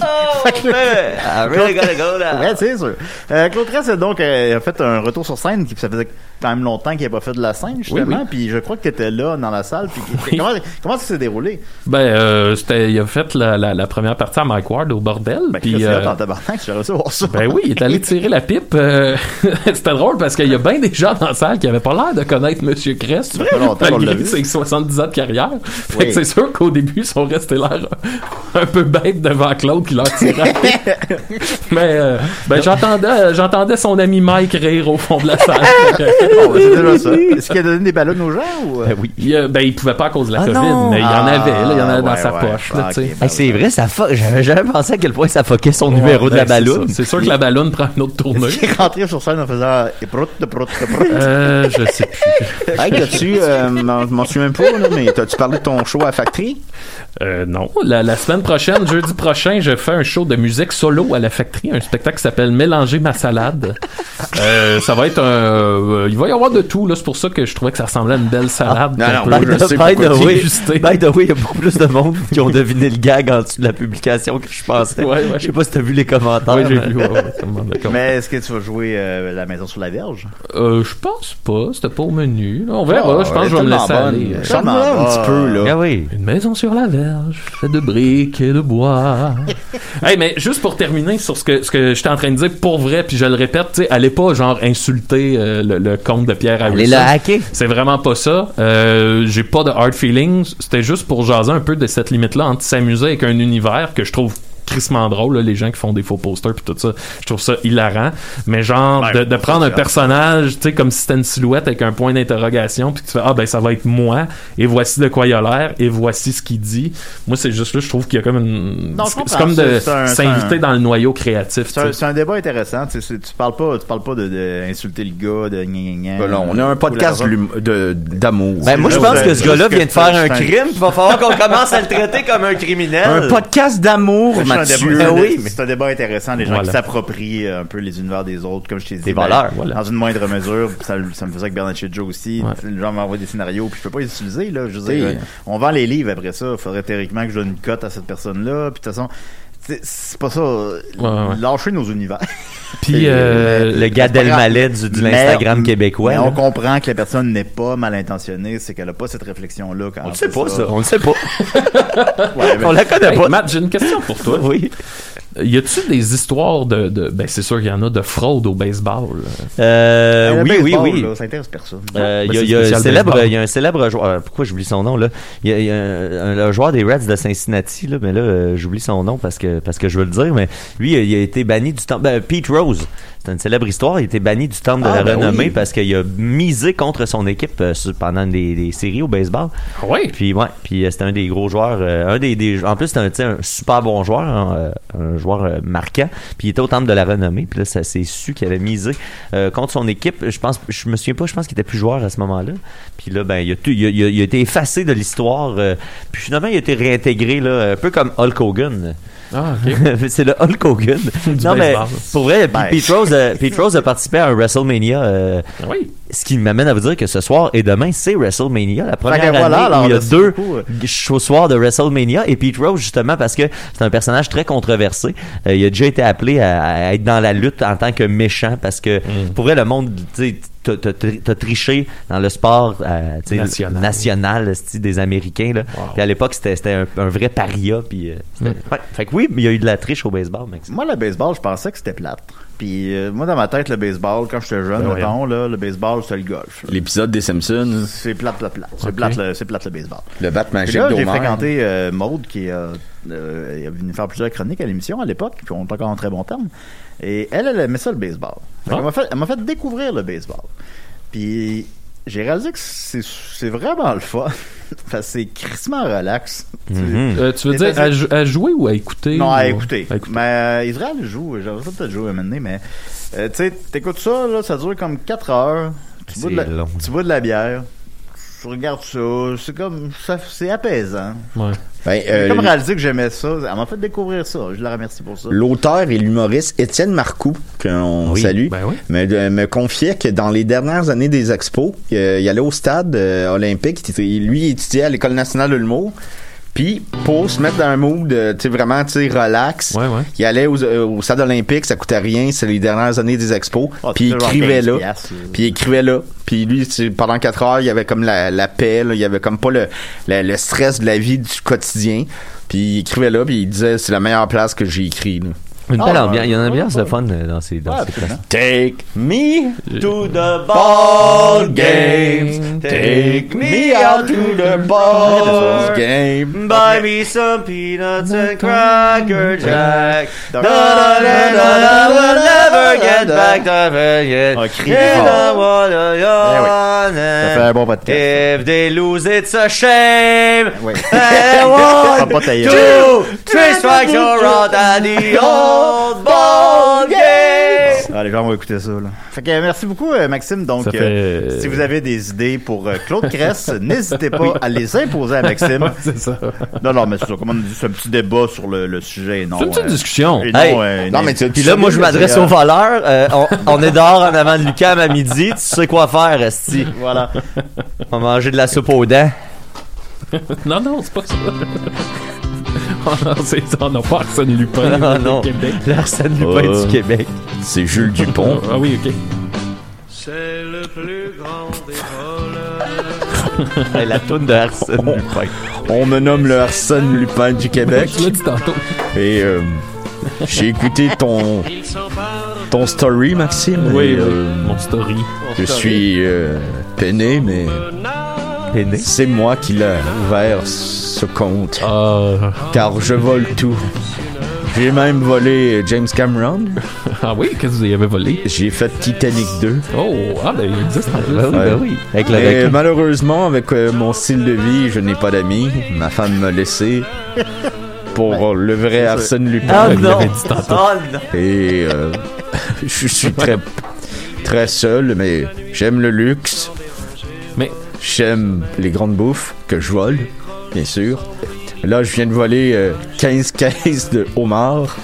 [SPEAKER 7] Oh,
[SPEAKER 9] I Ah, really gotta go now.
[SPEAKER 6] Ouais, c'est sûr. Euh, Claude Crest a donc euh, a fait un retour sur scène qui ça faisait quand même longtemps qu'il n'avait pas fait de la scène justement.
[SPEAKER 7] Oui, oui.
[SPEAKER 6] Puis je crois que tu étais là dans la salle. Puis comment, comment ça s'est déroulé
[SPEAKER 7] Ben, euh, c'était, il a fait la, la, la première partie à Mike Ward au bordel.
[SPEAKER 6] Ben, Chris,
[SPEAKER 7] puis,
[SPEAKER 6] c'est
[SPEAKER 7] euh,
[SPEAKER 6] hot en tabarnak, j'aurais ça voir ça.
[SPEAKER 7] ben oui, il est allé tirer la pipe. euh, [laughs] c'était drôle parce qu'il y a bien des gens dans la salle qui n'avaient pas l'air de connaître Monsieur Crest.
[SPEAKER 6] Ça fait pas longtemps qu'on l'a
[SPEAKER 7] malgré
[SPEAKER 6] vu.
[SPEAKER 7] ses 70 ans de carrière. Fait
[SPEAKER 6] Oui.
[SPEAKER 7] que c'est sûr qu'au début, ils sont restés l'air un peu bêtes devant Claude qui leur tirait. la
[SPEAKER 6] [laughs]
[SPEAKER 7] pipe. Mais euh, ben, j'entendais, euh, j'entendais son ami Mike rire au fond de la salle.
[SPEAKER 6] [laughs] Bon, ben, c'est déjà ça. Est-ce qu'il a donné des ballons aux gens ou
[SPEAKER 7] Ben oui. Il, euh, ben, il pouvait pas à cause de la
[SPEAKER 9] Ah
[SPEAKER 7] COVID,
[SPEAKER 9] non!
[SPEAKER 7] mais il y en
[SPEAKER 9] Ah,
[SPEAKER 7] avait, là, il y en avait dans
[SPEAKER 9] ouais,
[SPEAKER 7] sa
[SPEAKER 9] ouais.
[SPEAKER 7] poche.
[SPEAKER 9] Ah,
[SPEAKER 7] là, tu sais.
[SPEAKER 9] ok, ben Hey, c'est vrai, ça fuck. J'avais jamais pensé à quel point ça fuckait son numéro
[SPEAKER 7] Ouais,
[SPEAKER 9] de la
[SPEAKER 7] ben, c'est
[SPEAKER 9] balloune.
[SPEAKER 7] ça. C'est sûr que la balloune prend une autre tournée.
[SPEAKER 6] Est-ce qu'il est rentré sur scène en faisant et prout, de prout, de prout?
[SPEAKER 7] Euh, je sais plus.
[SPEAKER 8] [laughs] Hey, t'as-tu, euh, m'en m'en souviens même pas, là, mais t'as-tu parlé de ton show à Factory?
[SPEAKER 7] Euh, non. La, la semaine prochaine, jeudi prochain, je fais un show de musique solo à la factory, un spectacle qui s'appelle Mélanger ma salade. Euh, ça va être un. euh, il va y avoir de tout, là. C'est pour ça que je trouvais que ça ressemblait à une belle salade.
[SPEAKER 8] Ah, non,
[SPEAKER 7] qu'on
[SPEAKER 8] non,
[SPEAKER 7] peut
[SPEAKER 8] je sais
[SPEAKER 9] By the,
[SPEAKER 8] pourquoi
[SPEAKER 9] way,
[SPEAKER 8] tu-
[SPEAKER 9] by the way, il y a beaucoup plus de monde qui ont deviné le gag en dessous de la publication que je pensais.
[SPEAKER 7] Ouais, ouais.
[SPEAKER 9] Je sais pas si t'as vu les commentaires.
[SPEAKER 7] Ouais, j'ai
[SPEAKER 9] mais-
[SPEAKER 7] vu, ouais, ouais, ça me demande de comment.
[SPEAKER 6] Mais est-ce que tu vas jouer euh, la maison sur la verge
[SPEAKER 7] Euh, je pense pas, c'était pas au menu. On verra, je pense que je vais me laisser aller.
[SPEAKER 8] Chante-moi un petit peu, là.
[SPEAKER 9] Ah oui.
[SPEAKER 7] Une maison sur la verge, faite de briques et de bois. hey, mais juste pour terminer sur ce que, ce que j'étais en train de dire, pour vrai, puis je le répète, tu sais, allez pas genre insulter euh, le, le compte de Pierre Harrison.
[SPEAKER 9] Allez le hacker.
[SPEAKER 7] C'est vraiment pas ça. Euh, j'ai pas de hard feelings. C'était juste pour jaser un peu de cette limite-là entre s'amuser avec un univers que je trouve crissement drôle, là, les gens qui font des faux posters puis tout ça. Je trouve ça hilarant. Mais genre,
[SPEAKER 6] Ben,
[SPEAKER 7] de,
[SPEAKER 6] Ouais,
[SPEAKER 7] de prendre un
[SPEAKER 6] c'est
[SPEAKER 7] personnage, tu sais, comme si c'était une silhouette avec un point d'interrogation puis que tu fais, ah ben ça va être moi et voici de quoi il a l'air et voici ce qu'il dit. Moi, c'est juste là, je trouve qu'il y a comme une...
[SPEAKER 6] Non, je
[SPEAKER 7] c'est- c'est
[SPEAKER 6] comprends.
[SPEAKER 7] comme de
[SPEAKER 6] C'est- c'est un- c'est
[SPEAKER 7] s'inviter
[SPEAKER 6] un-
[SPEAKER 7] dans le noyau créatif.
[SPEAKER 6] C'est
[SPEAKER 7] tu
[SPEAKER 6] un,
[SPEAKER 7] sais.
[SPEAKER 6] c'est un débat intéressant. Tu, sais, c'est- tu parles pas, tu parles pas de, de insulter le gars, de gna gna gna.
[SPEAKER 8] Ben là, on a
[SPEAKER 6] Ou
[SPEAKER 8] un
[SPEAKER 6] la
[SPEAKER 8] podcast
[SPEAKER 6] personne.
[SPEAKER 8] d'hum- de- d'amour.
[SPEAKER 9] Ben, moi, je
[SPEAKER 6] juste
[SPEAKER 9] pense
[SPEAKER 6] que-
[SPEAKER 9] que ce gars-là
[SPEAKER 6] juste
[SPEAKER 9] vient de
[SPEAKER 6] que
[SPEAKER 9] faire un
[SPEAKER 6] c'est un-
[SPEAKER 9] crime, puis il va falloir qu'on commence à le traiter comme
[SPEAKER 6] [laughs]
[SPEAKER 9] un criminel.
[SPEAKER 8] Un podcast d'amour,
[SPEAKER 6] C'est un
[SPEAKER 8] Mathieu.
[SPEAKER 6] débat-
[SPEAKER 9] Eh oui.
[SPEAKER 6] mais c'est un débat intéressant, les gens
[SPEAKER 7] Voilà.
[SPEAKER 6] qui s'approprient euh, un peu les univers des autres, comme je t'ai dit. ben,
[SPEAKER 9] Des valeurs,
[SPEAKER 7] voilà.
[SPEAKER 6] Dans une moindre mesure, ça, ça me faisait avec Bernard Joe aussi.
[SPEAKER 7] Ouais.
[SPEAKER 6] Les gens m'envoient des scénarios, puis je peux pas les utiliser, là. Je veux dire,
[SPEAKER 8] Oui.
[SPEAKER 6] euh, on vend les livres après ça. Faudrait théoriquement que je donne une cote à cette personne-là, puis de toute façon, c'est- c'est pas ça.
[SPEAKER 7] ouais.
[SPEAKER 6] Lâcher nos univers.
[SPEAKER 7] Puis,
[SPEAKER 6] c'est-
[SPEAKER 7] euh,
[SPEAKER 9] le gars Delmalet du, de
[SPEAKER 6] Mais-
[SPEAKER 9] l'Instagram québécois.
[SPEAKER 6] mais
[SPEAKER 9] là.
[SPEAKER 6] on comprend que la personne n'est pas mal intentionnée, c'est qu'elle a pas cette réflexion-là quand
[SPEAKER 9] On
[SPEAKER 6] elle
[SPEAKER 9] le sait
[SPEAKER 6] fait
[SPEAKER 9] pas, ça. On le sait pas.
[SPEAKER 6] [laughs] Ouais, mais-
[SPEAKER 9] On la connaît
[SPEAKER 7] Hey,
[SPEAKER 9] pas.
[SPEAKER 7] Matt, j'ai une question pour toi.
[SPEAKER 9] Oui.
[SPEAKER 7] Y a-tu des histoires de, de- ben c'est sûr qu'il y en a de fraude au baseball. là.
[SPEAKER 9] Euh,
[SPEAKER 6] Le
[SPEAKER 9] oui, oui,
[SPEAKER 6] baseball,
[SPEAKER 9] oui.
[SPEAKER 6] là, ça intéresse personne.
[SPEAKER 9] Euh,
[SPEAKER 7] Ben,
[SPEAKER 9] Il y a-
[SPEAKER 7] c'est
[SPEAKER 9] il y a
[SPEAKER 7] spécial
[SPEAKER 9] un célèbre-
[SPEAKER 7] baseball.
[SPEAKER 9] il y a un célèbre joueur. euh, Pourquoi j'oublie son nom là Il y a, il y a un, un- un joueur des Reds de Cincinnati là, mais là euh, j'oublie son nom parce que parce que je veux le dire. Mais lui, euh, il a été banni du temple. ben, Pete Rose, c'est une célèbre histoire. Il a été banni du temple de
[SPEAKER 8] Ah,
[SPEAKER 9] la
[SPEAKER 8] ben
[SPEAKER 9] renommée
[SPEAKER 8] oui.
[SPEAKER 9] parce qu'il a misé contre son équipe euh, sur- pendant des, des séries au baseball.
[SPEAKER 7] Ouais.
[SPEAKER 9] Puis ouais, puis euh, c'était un des gros joueurs, euh, un des, des en plus c'était un, tu sais, un super bon joueur, hein, euh, un joueur euh, marquant. Puis il était au temple de la renommée, puis là ça s'est su qu'il avait misé euh, contre son équipe. Je pense, je me souviens pas, je pense qu'il était plus joueur à ce moment-là. Puis là ben il a, tout- il a, il a- il a été effacé de l'histoire. euh, puis finalement il a été réintégré là, un peu comme Hulk Hogan.
[SPEAKER 7] Ah
[SPEAKER 5] [laughs]
[SPEAKER 7] ok.
[SPEAKER 9] c'est le Hulk Hogan. non mais
[SPEAKER 7] baseball.
[SPEAKER 9] pour vrai, puis
[SPEAKER 6] Ben. Ah
[SPEAKER 9] Pete Rose, euh, Pete Rose a participé à un WrestleMania. euh,
[SPEAKER 7] Oui.
[SPEAKER 9] ce qui m'amène à vous dire que ce soir et demain, c'est WrestleMania, la première
[SPEAKER 6] Fait que
[SPEAKER 9] année
[SPEAKER 6] Ben, voilà, alors,
[SPEAKER 9] où il y a
[SPEAKER 6] merci
[SPEAKER 9] deux
[SPEAKER 6] beaucoup.
[SPEAKER 9] soirs de WrestleMania. Et Pete Rose, justement, parce que c'est un personnage très controversé. Euh, il a déjà été appelé à, à être dans la lutte en tant que méchant parce que
[SPEAKER 7] Mm.
[SPEAKER 9] pour vrai, le monde, tu sais, t'as- t'as t'as triché dans le sport euh, tu sais,
[SPEAKER 7] National.
[SPEAKER 9] national, esti, des Américains. Là.
[SPEAKER 7] Wow. Mm.
[SPEAKER 9] Puis à l'époque, c'était c'était un, un vrai paria. Puis, euh, c'était- ouais. Fait que oui, il y a eu de la triche au baseball, mec.
[SPEAKER 6] Moi, le baseball, je pensais que c'était plate. Puis euh, moi, dans ma tête, le baseball, quand j'étais jeune,
[SPEAKER 7] Ben
[SPEAKER 6] mettons, là, le baseball, c'était le golf.
[SPEAKER 8] L'épisode des Simpsons,
[SPEAKER 6] C'est plate, plate, plate. C'est plate, le, c'est plate, le baseball.
[SPEAKER 8] le bat
[SPEAKER 6] Puis
[SPEAKER 8] magique
[SPEAKER 6] là, j'ai
[SPEAKER 8] d'Homer.
[SPEAKER 6] fréquenté euh, Maude, qui euh, euh, est venue faire plusieurs chroniques à l'émission à l'époque, puis on est encore en très bon terme. Et elle, elle aimait ça, le baseball. Fait
[SPEAKER 7] Ah.
[SPEAKER 6] qu'elle m'a fait- elle m'a fait, découvrir le baseball. Puis j'ai réalisé que c'est c'est vraiment le fun. [laughs] Parce que c'est crissement relax.
[SPEAKER 7] Euh, tu veux
[SPEAKER 6] Les
[SPEAKER 7] dire à,
[SPEAKER 6] Asiatiques-
[SPEAKER 7] jou- à jouer ou à écouter
[SPEAKER 6] Non, à
[SPEAKER 7] ou-
[SPEAKER 6] écouter. Mais euh, Israël joue. J'aimerais ça peut-être jouer un moment donné, mais euh, tu sais, t'écoutes ça, là, ça dure comme 4 heures. Tu bois, de la,
[SPEAKER 12] C'est long.
[SPEAKER 6] tu bois de la bière. Tu regardes ça. C'est comme. ça- C'est apaisant.
[SPEAKER 7] Ouais.
[SPEAKER 8] Ben, Euh,
[SPEAKER 6] J'ai comme réalisé que j'aimais ça. Elle m'a fait découvrir ça. Je la remercie pour ça.
[SPEAKER 8] L'auteur et l'humoriste Étienne Marcoux, qu'on
[SPEAKER 6] Oui,
[SPEAKER 8] salue,
[SPEAKER 6] ben oui.
[SPEAKER 8] me, de- me confiait que dans les dernières années des expos, euh, il allait au stade euh, olympique, il était- il- lui il étudiait à l'École nationale de l'humour, puis pour se mettre dans un mood euh, tu sais, vraiment tu sais, relax, il allait aux- euh, au stade olympique, ça coûtait rien, c'est les dernières années des expos, puis il
[SPEAKER 6] c'était genre
[SPEAKER 8] écrivait
[SPEAKER 6] 15
[SPEAKER 8] là,
[SPEAKER 6] piastres, là.
[SPEAKER 8] puis il écrivait là, puis lui tu sais, pendant quatre heures, il y avait comme la, la paix, là, il y avait comme pas le, le- le stress de la vie du quotidien, puis il écrivait là, puis il disait c'est la meilleure place que j'ai écrit. là.
[SPEAKER 12] Une belle
[SPEAKER 8] Ah,
[SPEAKER 12] ambiance. Il y a une
[SPEAKER 8] ouais.
[SPEAKER 12] ambiance de fun euh, dans ces, dans ces places.
[SPEAKER 8] Take me
[SPEAKER 12] to
[SPEAKER 8] the
[SPEAKER 11] ball
[SPEAKER 8] games.
[SPEAKER 11] Take me out to the ball
[SPEAKER 8] game.
[SPEAKER 5] Buy me some peanuts and cracker jack. Da, da, da, da, da, we'll never get back to
[SPEAKER 6] Oh,
[SPEAKER 5] Vegas. And I wanna
[SPEAKER 9] Eh
[SPEAKER 5] yawn
[SPEAKER 6] Eh Ça fait un bon podcast.
[SPEAKER 5] If they lose, it's a shame.
[SPEAKER 6] Oui. [laughs] Ah,
[SPEAKER 9] [laughs]
[SPEAKER 5] And one,
[SPEAKER 6] Pas ta gueule.
[SPEAKER 5] two, three strikes, you're out at the old ball game. [laughs]
[SPEAKER 6] Ah, les gens vont écouter ça. Là. Fait que, euh, merci beaucoup, euh, Maxime. Donc,
[SPEAKER 7] Ça fait,
[SPEAKER 6] euh,
[SPEAKER 7] euh,
[SPEAKER 6] si vous avez des idées pour euh,
[SPEAKER 7] [laughs]
[SPEAKER 6] Claude Cress, [laughs] n'hésitez
[SPEAKER 7] Oui.
[SPEAKER 6] pas à les imposer à
[SPEAKER 12] [laughs]
[SPEAKER 6] Maxime.
[SPEAKER 7] Ouais, c'est ça.
[SPEAKER 6] Non, non, mais c'est ça. Comme on a dit, c'est un petit débat sur le, le sujet. et Non,
[SPEAKER 7] C'est une petite
[SPEAKER 6] euh,
[SPEAKER 7] discussion.
[SPEAKER 6] et
[SPEAKER 5] Hey,
[SPEAKER 6] non, euh, une-
[SPEAKER 5] puis là, moi, je m'adresse aux voleurs. Euh, on, on est dehors en avant de Lucam à midi. Tu sais quoi faire, Esti.
[SPEAKER 6] Voilà.
[SPEAKER 5] On va manger de la soupe aux dents.
[SPEAKER 7] [laughs] non, non, c'est pas ça. [laughs] oh non, c'est ça. On n'a pas Arsène Lupin
[SPEAKER 5] Ah,
[SPEAKER 7] du
[SPEAKER 5] non.
[SPEAKER 7] Québec.
[SPEAKER 5] L'arsène Lupin
[SPEAKER 7] Euh,
[SPEAKER 5] du Québec.
[SPEAKER 8] C'est Jules
[SPEAKER 7] Dupont. Ah
[SPEAKER 12] [laughs]
[SPEAKER 7] oui, ok.
[SPEAKER 11] C'est le plus grand des
[SPEAKER 5] Hey, la toune de Arsène Lupin.
[SPEAKER 8] On me nomme le Arsène Lupin du Québec.
[SPEAKER 7] Je l'ai dit tantôt.
[SPEAKER 8] Et euh, j'ai écouté ton ton story, Maxime.
[SPEAKER 7] Oui,
[SPEAKER 8] et,
[SPEAKER 7] oui,
[SPEAKER 8] euh,
[SPEAKER 7] mon story.
[SPEAKER 8] Je suis euh, peiné, mais c'est moi qui l'ai ouvert ce compte.
[SPEAKER 7] Ah.
[SPEAKER 8] Car je vole tout. J'ai même volé euh, James Cameron.
[SPEAKER 7] [laughs] Ah oui, qu'est-ce que vous avez volé
[SPEAKER 8] J'ai fait Titanic 2.
[SPEAKER 7] Oh, ah ben il existe en plus. Ben
[SPEAKER 8] Et malheureusement, avec euh, mon style de vie, je n'ai pas d'amis. Ma femme m'a laissé pour le vrai Arsène Lupin.
[SPEAKER 5] Ah non! Oh non!
[SPEAKER 8] Et euh, [laughs] je suis très, très seul, mais j'aime le luxe.
[SPEAKER 7] Mais
[SPEAKER 8] j'aime les grandes bouffes que je vole, bien sûr. Là, je viens de voler euh, 15 caisses de homards.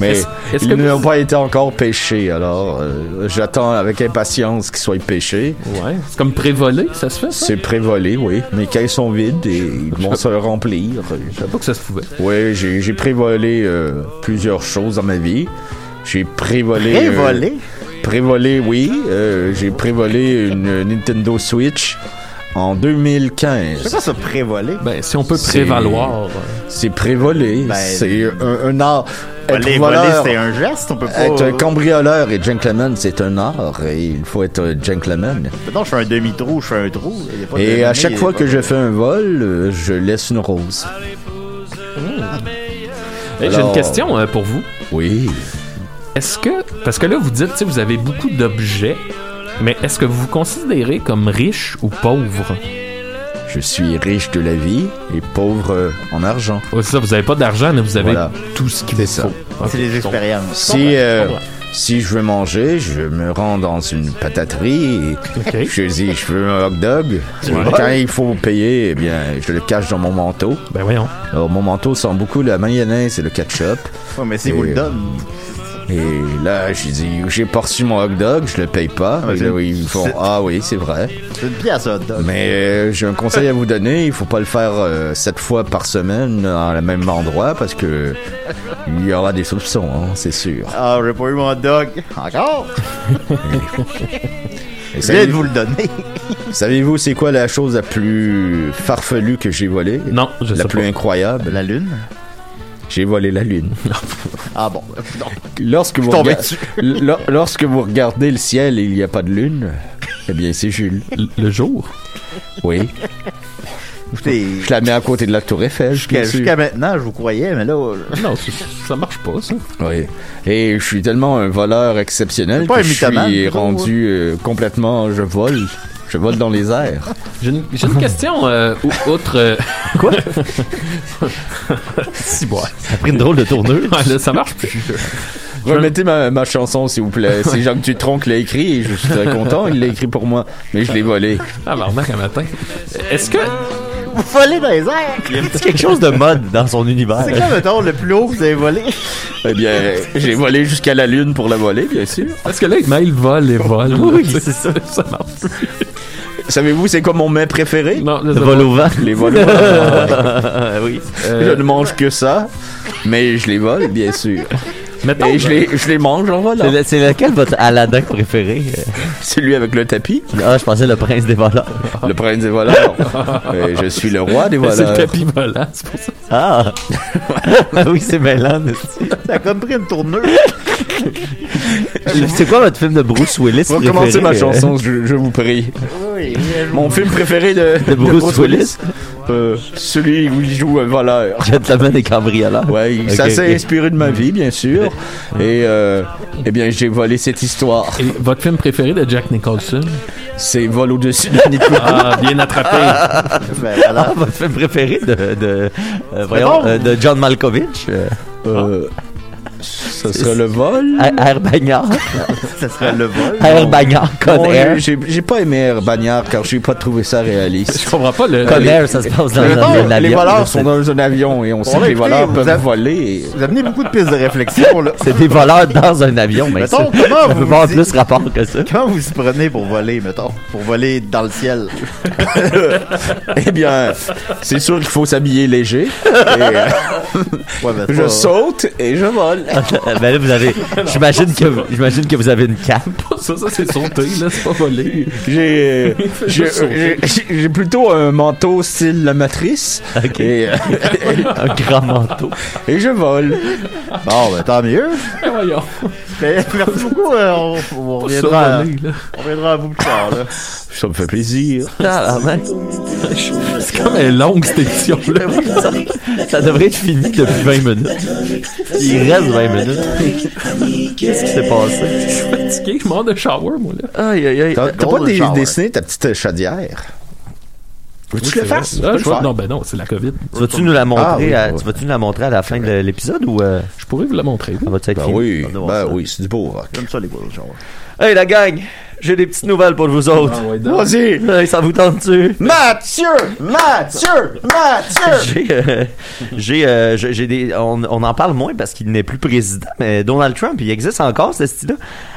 [SPEAKER 8] Mais
[SPEAKER 7] Est-ce- est-ce que
[SPEAKER 8] ils
[SPEAKER 7] vous-
[SPEAKER 8] n'ont pas été encore pêchés, alors euh, j'attends avec impatience qu'ils soient pêchés.
[SPEAKER 7] Ouais, c'est comme prévolé, ça se fait ça?
[SPEAKER 8] C'est prévolé, oui. Mes caisses sont vides et ils vont se remplir.
[SPEAKER 7] Je savais pas que ça se pouvait.
[SPEAKER 8] Oui, j'ai j'ai prévolé euh, plusieurs choses dans ma vie. J'ai prévolé. euh,
[SPEAKER 6] Prévolé?
[SPEAKER 8] prévolé, oui. Euh, j'ai prévolé une Nintendo Switch en 2015.
[SPEAKER 6] C'est quoi ça, prévolé?
[SPEAKER 7] Ben, si on peut
[SPEAKER 8] C'est-
[SPEAKER 7] prévaloir.
[SPEAKER 8] C'est prévolé.
[SPEAKER 6] Ben,
[SPEAKER 8] c'est un, un art.
[SPEAKER 6] euh, Voler,
[SPEAKER 8] Être
[SPEAKER 6] voler,
[SPEAKER 8] voleur,
[SPEAKER 6] c'est un geste. On peut pas. euh,
[SPEAKER 8] être un cambrioleur et gentleman, c'est un art et il faut être un gentleman.
[SPEAKER 6] Non, euh, je fais un demi-trou, je fais un trou. Il y a pas de
[SPEAKER 8] Et à
[SPEAKER 6] demi,
[SPEAKER 8] chaque
[SPEAKER 6] il y a
[SPEAKER 8] fois
[SPEAKER 6] pas
[SPEAKER 8] que
[SPEAKER 6] de-
[SPEAKER 8] je fais un vol, euh, je laisse une rose.
[SPEAKER 7] Hey, J'ai
[SPEAKER 8] Alors-
[SPEAKER 7] une question euh, pour vous.
[SPEAKER 8] Oui.
[SPEAKER 7] Est-ce que. Parce que là, vous dites, tu sais, vous avez beaucoup d'objets, mais est-ce que vous vous considérez comme riche ou pauvre?
[SPEAKER 8] Je suis riche de la vie et pauvre euh, en argent.
[SPEAKER 7] Ouais, Oh, c'est ça, vous avez pas d'argent, mais vous avez
[SPEAKER 8] Voilà.
[SPEAKER 7] tout ce qu'il
[SPEAKER 8] C'est
[SPEAKER 7] vous
[SPEAKER 8] ça.
[SPEAKER 7] faut. Ok, ben,
[SPEAKER 6] C'est les
[SPEAKER 7] je comprends.
[SPEAKER 6] expériences.
[SPEAKER 8] Si, euh, si je veux manger, je me rends dans une pataterie et
[SPEAKER 7] Ok.
[SPEAKER 8] je dis je veux un hot dog.
[SPEAKER 7] Ouais.
[SPEAKER 8] Quand il faut payer, eh bien, je le cache dans mon manteau.
[SPEAKER 7] Ben voyons.
[SPEAKER 8] Alors, mon manteau sent beaucoup la mayonnaise et le ketchup.
[SPEAKER 6] Ouais, mais si vous
[SPEAKER 8] Et-
[SPEAKER 6] le donne.
[SPEAKER 8] Et là, j'ai dit, j'ai poursu mon hot dog, je le paye pas.
[SPEAKER 6] Ah,
[SPEAKER 8] Et
[SPEAKER 6] c'est
[SPEAKER 8] là,
[SPEAKER 6] une-
[SPEAKER 8] ils font,
[SPEAKER 6] c'est-
[SPEAKER 8] ah oui, c'est vrai.
[SPEAKER 6] C'est une pièce, hot dog.
[SPEAKER 8] Mais euh, j'ai un conseil à vous donner, il faut pas le faire euh, sept fois par semaine dans le même endroit parce que il y aura des soupçons, hein, c'est sûr.
[SPEAKER 6] Ah, j'ai pas eu mon hot dog. Encore?
[SPEAKER 8] Et
[SPEAKER 6] Je viens de
[SPEAKER 8] savez-
[SPEAKER 6] vous le donner.
[SPEAKER 8] [laughs] Savez-vous c'est quoi la chose la plus farfelue que j'ai volée
[SPEAKER 7] Non, je
[SPEAKER 8] La
[SPEAKER 7] sais
[SPEAKER 8] plus
[SPEAKER 7] pas.
[SPEAKER 8] incroyable
[SPEAKER 6] La lune?
[SPEAKER 8] J'ai volé
[SPEAKER 7] [laughs]
[SPEAKER 8] la lune.
[SPEAKER 6] Ah
[SPEAKER 8] [laughs]
[SPEAKER 6] bon. Non.
[SPEAKER 8] Lorsque vous,
[SPEAKER 6] tombé
[SPEAKER 8] rega-
[SPEAKER 6] dessus.
[SPEAKER 8] Lo- lorsque vous regardez le ciel et il n'y a pas de lune, eh bien c'est Jules.
[SPEAKER 7] L- Le jour.
[SPEAKER 8] Oui.
[SPEAKER 6] Écoutez,
[SPEAKER 8] Je la mets à côté de la tour Eiffel.
[SPEAKER 6] jusqu'à
[SPEAKER 8] bien sûr.
[SPEAKER 6] jusqu'à maintenant, je vous croyais, mais là, euh,
[SPEAKER 7] Non, c'est- ça marche pas, ça.
[SPEAKER 8] Oui. Et je suis tellement un voleur exceptionnel
[SPEAKER 6] C'est pas
[SPEAKER 8] que
[SPEAKER 6] un mythomane,
[SPEAKER 8] je suis
[SPEAKER 6] plutôt,
[SPEAKER 8] rendu euh, complètement je vole. Je vole dans les airs.
[SPEAKER 7] J'ai une, j'ai une question euh, [laughs] ou- autre. Quoi Si, bon. Ça a
[SPEAKER 8] pris une drôle de tournure.
[SPEAKER 7] ça marche plus.
[SPEAKER 8] [laughs] Remettez ma, ma chanson, s'il vous plaît. C'est Jacques Dutronc qui l'a écrit et je suis très content. Il l'a écrit pour moi, mais je l'ai volé.
[SPEAKER 7] Ah, barnac un matin. Est-ce que.
[SPEAKER 6] Vous volez dans les airs!
[SPEAKER 5] Il y a un petit quelque
[SPEAKER 9] [laughs]
[SPEAKER 5] chose de mode dans son univers.
[SPEAKER 6] C'est quoi, mettons, le plus haut que vous avez volé?
[SPEAKER 8] Eh bien, j'ai volé jusqu'à la lune pour la voler, bien sûr.
[SPEAKER 7] Parce que là, il vole et vole.
[SPEAKER 8] [laughs] Oui,
[SPEAKER 7] c'est ça. [laughs] Ça marche.
[SPEAKER 8] Savez-vous, c'est quoi mon mets préféré?
[SPEAKER 7] Non,
[SPEAKER 8] le
[SPEAKER 5] vol au vent.
[SPEAKER 8] Les vols au vent.
[SPEAKER 5] Ah, oui.
[SPEAKER 7] Euh,
[SPEAKER 8] Je ne mange que ça, mais je les vole, bien sûr.
[SPEAKER 5] Mettons,
[SPEAKER 8] et je les, je les mange en volant.
[SPEAKER 9] C'est le- C'est lequel votre Aladdin préféré?
[SPEAKER 8] [laughs] Celui avec le tapis?
[SPEAKER 9] Ah, je pensais le prince des voleurs.
[SPEAKER 8] Le prince des voleurs. Euh, je suis le
[SPEAKER 7] [laughs]
[SPEAKER 8] roi des voleurs.
[SPEAKER 9] C'est le tapis
[SPEAKER 7] volant, c'est pour ça. [laughs]
[SPEAKER 9] Ah! oui, c'est mêlant.
[SPEAKER 6] Ça a comme pris une tournure.
[SPEAKER 9] [laughs] C'est quoi votre film de Bruce Willis
[SPEAKER 8] On va
[SPEAKER 9] préféré?
[SPEAKER 8] commencer ma chanson, je, je vous prie. Mon film préféré de,
[SPEAKER 9] De Bruce Willis?
[SPEAKER 8] Euh, celui où il joue un
[SPEAKER 9] [laughs]
[SPEAKER 8] voleur.
[SPEAKER 9] Gentleman et cambrioleur.
[SPEAKER 8] Ouais, il- ça
[SPEAKER 9] Ok,
[SPEAKER 8] s'est
[SPEAKER 9] ok.
[SPEAKER 8] inspiré de ma vie, bien sûr. Et euh, eh bien, j'ai volé cette histoire.
[SPEAKER 7] Et votre film préféré de Jack Nicholson?
[SPEAKER 8] C'est Vol au-dessus de Nico.
[SPEAKER 7] Ah, bien attrapé.
[SPEAKER 8] [laughs]
[SPEAKER 5] Ben, voilà.
[SPEAKER 9] [laughs] Ah, votre film préféré de, de, euh, voyons,
[SPEAKER 5] bon.
[SPEAKER 9] euh, de John Malkovich? Ah.
[SPEAKER 8] Euh, ça serait le vol? [laughs]
[SPEAKER 9] Air Bagnard.
[SPEAKER 6] ça serait le vol.
[SPEAKER 9] Air Bagnard, Con
[SPEAKER 8] Bon,
[SPEAKER 9] Air.
[SPEAKER 8] j'ai j'ai pas aimé Air Bagnard car j'ai pas trouvé ça réaliste.
[SPEAKER 7] Je comprends pas le.
[SPEAKER 9] Con Air, ça se passe dans
[SPEAKER 8] les,
[SPEAKER 9] un- dans un
[SPEAKER 8] Les
[SPEAKER 9] avion, là,
[SPEAKER 8] voleurs
[SPEAKER 9] c'est-
[SPEAKER 8] sont dans un avion et on sait
[SPEAKER 6] Bon,
[SPEAKER 8] que
[SPEAKER 6] là,
[SPEAKER 8] les
[SPEAKER 6] écoutez,
[SPEAKER 8] voleurs
[SPEAKER 6] vous
[SPEAKER 8] peuvent
[SPEAKER 6] avez-
[SPEAKER 8] voler.
[SPEAKER 6] Vous amenez beaucoup de pistes de réflexion, là.
[SPEAKER 9] C'est des voleurs dans un avion, mais ça,
[SPEAKER 6] Mettons,
[SPEAKER 9] ça
[SPEAKER 6] comment
[SPEAKER 9] peut
[SPEAKER 6] vous
[SPEAKER 9] pas avoir
[SPEAKER 6] vous
[SPEAKER 9] plus rapport que ça.
[SPEAKER 6] Comment vous y prenez pour voler, mettons? Pour voler dans le ciel?
[SPEAKER 8] Eh bien, c'est sûr qu'il faut s'habiller léger. Et, euh,
[SPEAKER 6] Ouais, mais
[SPEAKER 8] je
[SPEAKER 6] pas-
[SPEAKER 8] saute et je vole.
[SPEAKER 5] [laughs] Ah,
[SPEAKER 9] ben là, vous avez. [laughs] J'imagine que, vous- j'imagine que vous avez une cape.
[SPEAKER 7] Ça, ça, c'est sauter,
[SPEAKER 5] [laughs]
[SPEAKER 7] là, c'est pas volé.
[SPEAKER 8] J'ai j'ai-
[SPEAKER 7] sauter.
[SPEAKER 8] j'ai- j'ai plutôt un manteau style la matrice. Et, euh,
[SPEAKER 9] Un grand manteau.
[SPEAKER 8] et je vole.
[SPEAKER 6] Bon, ben tant mieux.
[SPEAKER 7] Eh, [laughs] voyons.
[SPEAKER 6] Mais, merci beaucoup. euh, on, on reviendra,
[SPEAKER 7] Survolé, là.
[SPEAKER 6] on reviendra à vous plus tard, là.
[SPEAKER 8] Ça me fait plaisir.
[SPEAKER 9] Ah, ben,
[SPEAKER 7] C'est comme elle est longue, cette émission-là.
[SPEAKER 9] ça devrait être fini depuis 20 minutes. Il reste 20 minutes.
[SPEAKER 5] Ben
[SPEAKER 9] Qu'est-ce qui s'est passé?
[SPEAKER 7] Je suis fatigué, je m'en de shower, moi, là.
[SPEAKER 9] Aïe, aïe, aïe.
[SPEAKER 8] T'as t'as pas
[SPEAKER 6] Golden
[SPEAKER 8] dé-
[SPEAKER 7] hein?
[SPEAKER 6] shower.
[SPEAKER 8] dessiné ta petite chaudière? Veux-tu que je le fasse? Tu peux
[SPEAKER 7] Ah,
[SPEAKER 8] le
[SPEAKER 7] je vois-
[SPEAKER 8] faire.
[SPEAKER 7] Non, ben non, c'est la COVID.
[SPEAKER 9] Tu vas-tu nous la montrer,
[SPEAKER 8] Ah, oui,
[SPEAKER 9] à,
[SPEAKER 8] oui.
[SPEAKER 9] tu vas-tu nous la montrer à la fin de l'épisode ou euh,
[SPEAKER 7] Je pourrais vous la montrer. oui.
[SPEAKER 9] ça va-tu être
[SPEAKER 8] Ben
[SPEAKER 9] fini?
[SPEAKER 8] oui,
[SPEAKER 6] devant
[SPEAKER 8] ben
[SPEAKER 6] ça.
[SPEAKER 8] oui, c'est du beau rock.
[SPEAKER 6] J'aime ça, les Golden Shower.
[SPEAKER 9] Hey la gang, j'ai des petites nouvelles pour
[SPEAKER 7] Ah
[SPEAKER 9] vous autres.
[SPEAKER 8] Vas-y!
[SPEAKER 9] Hey, ça vous tente-tu?
[SPEAKER 8] Mathieu! Mathieu! Mathieu!
[SPEAKER 9] J'ai,
[SPEAKER 7] [laughs]
[SPEAKER 9] euh, j'ai, euh, j'ai- j'ai des, on, on en parle moins parce qu'il n'est plus président, mais Donald Trump, il existe encore, ce style-là.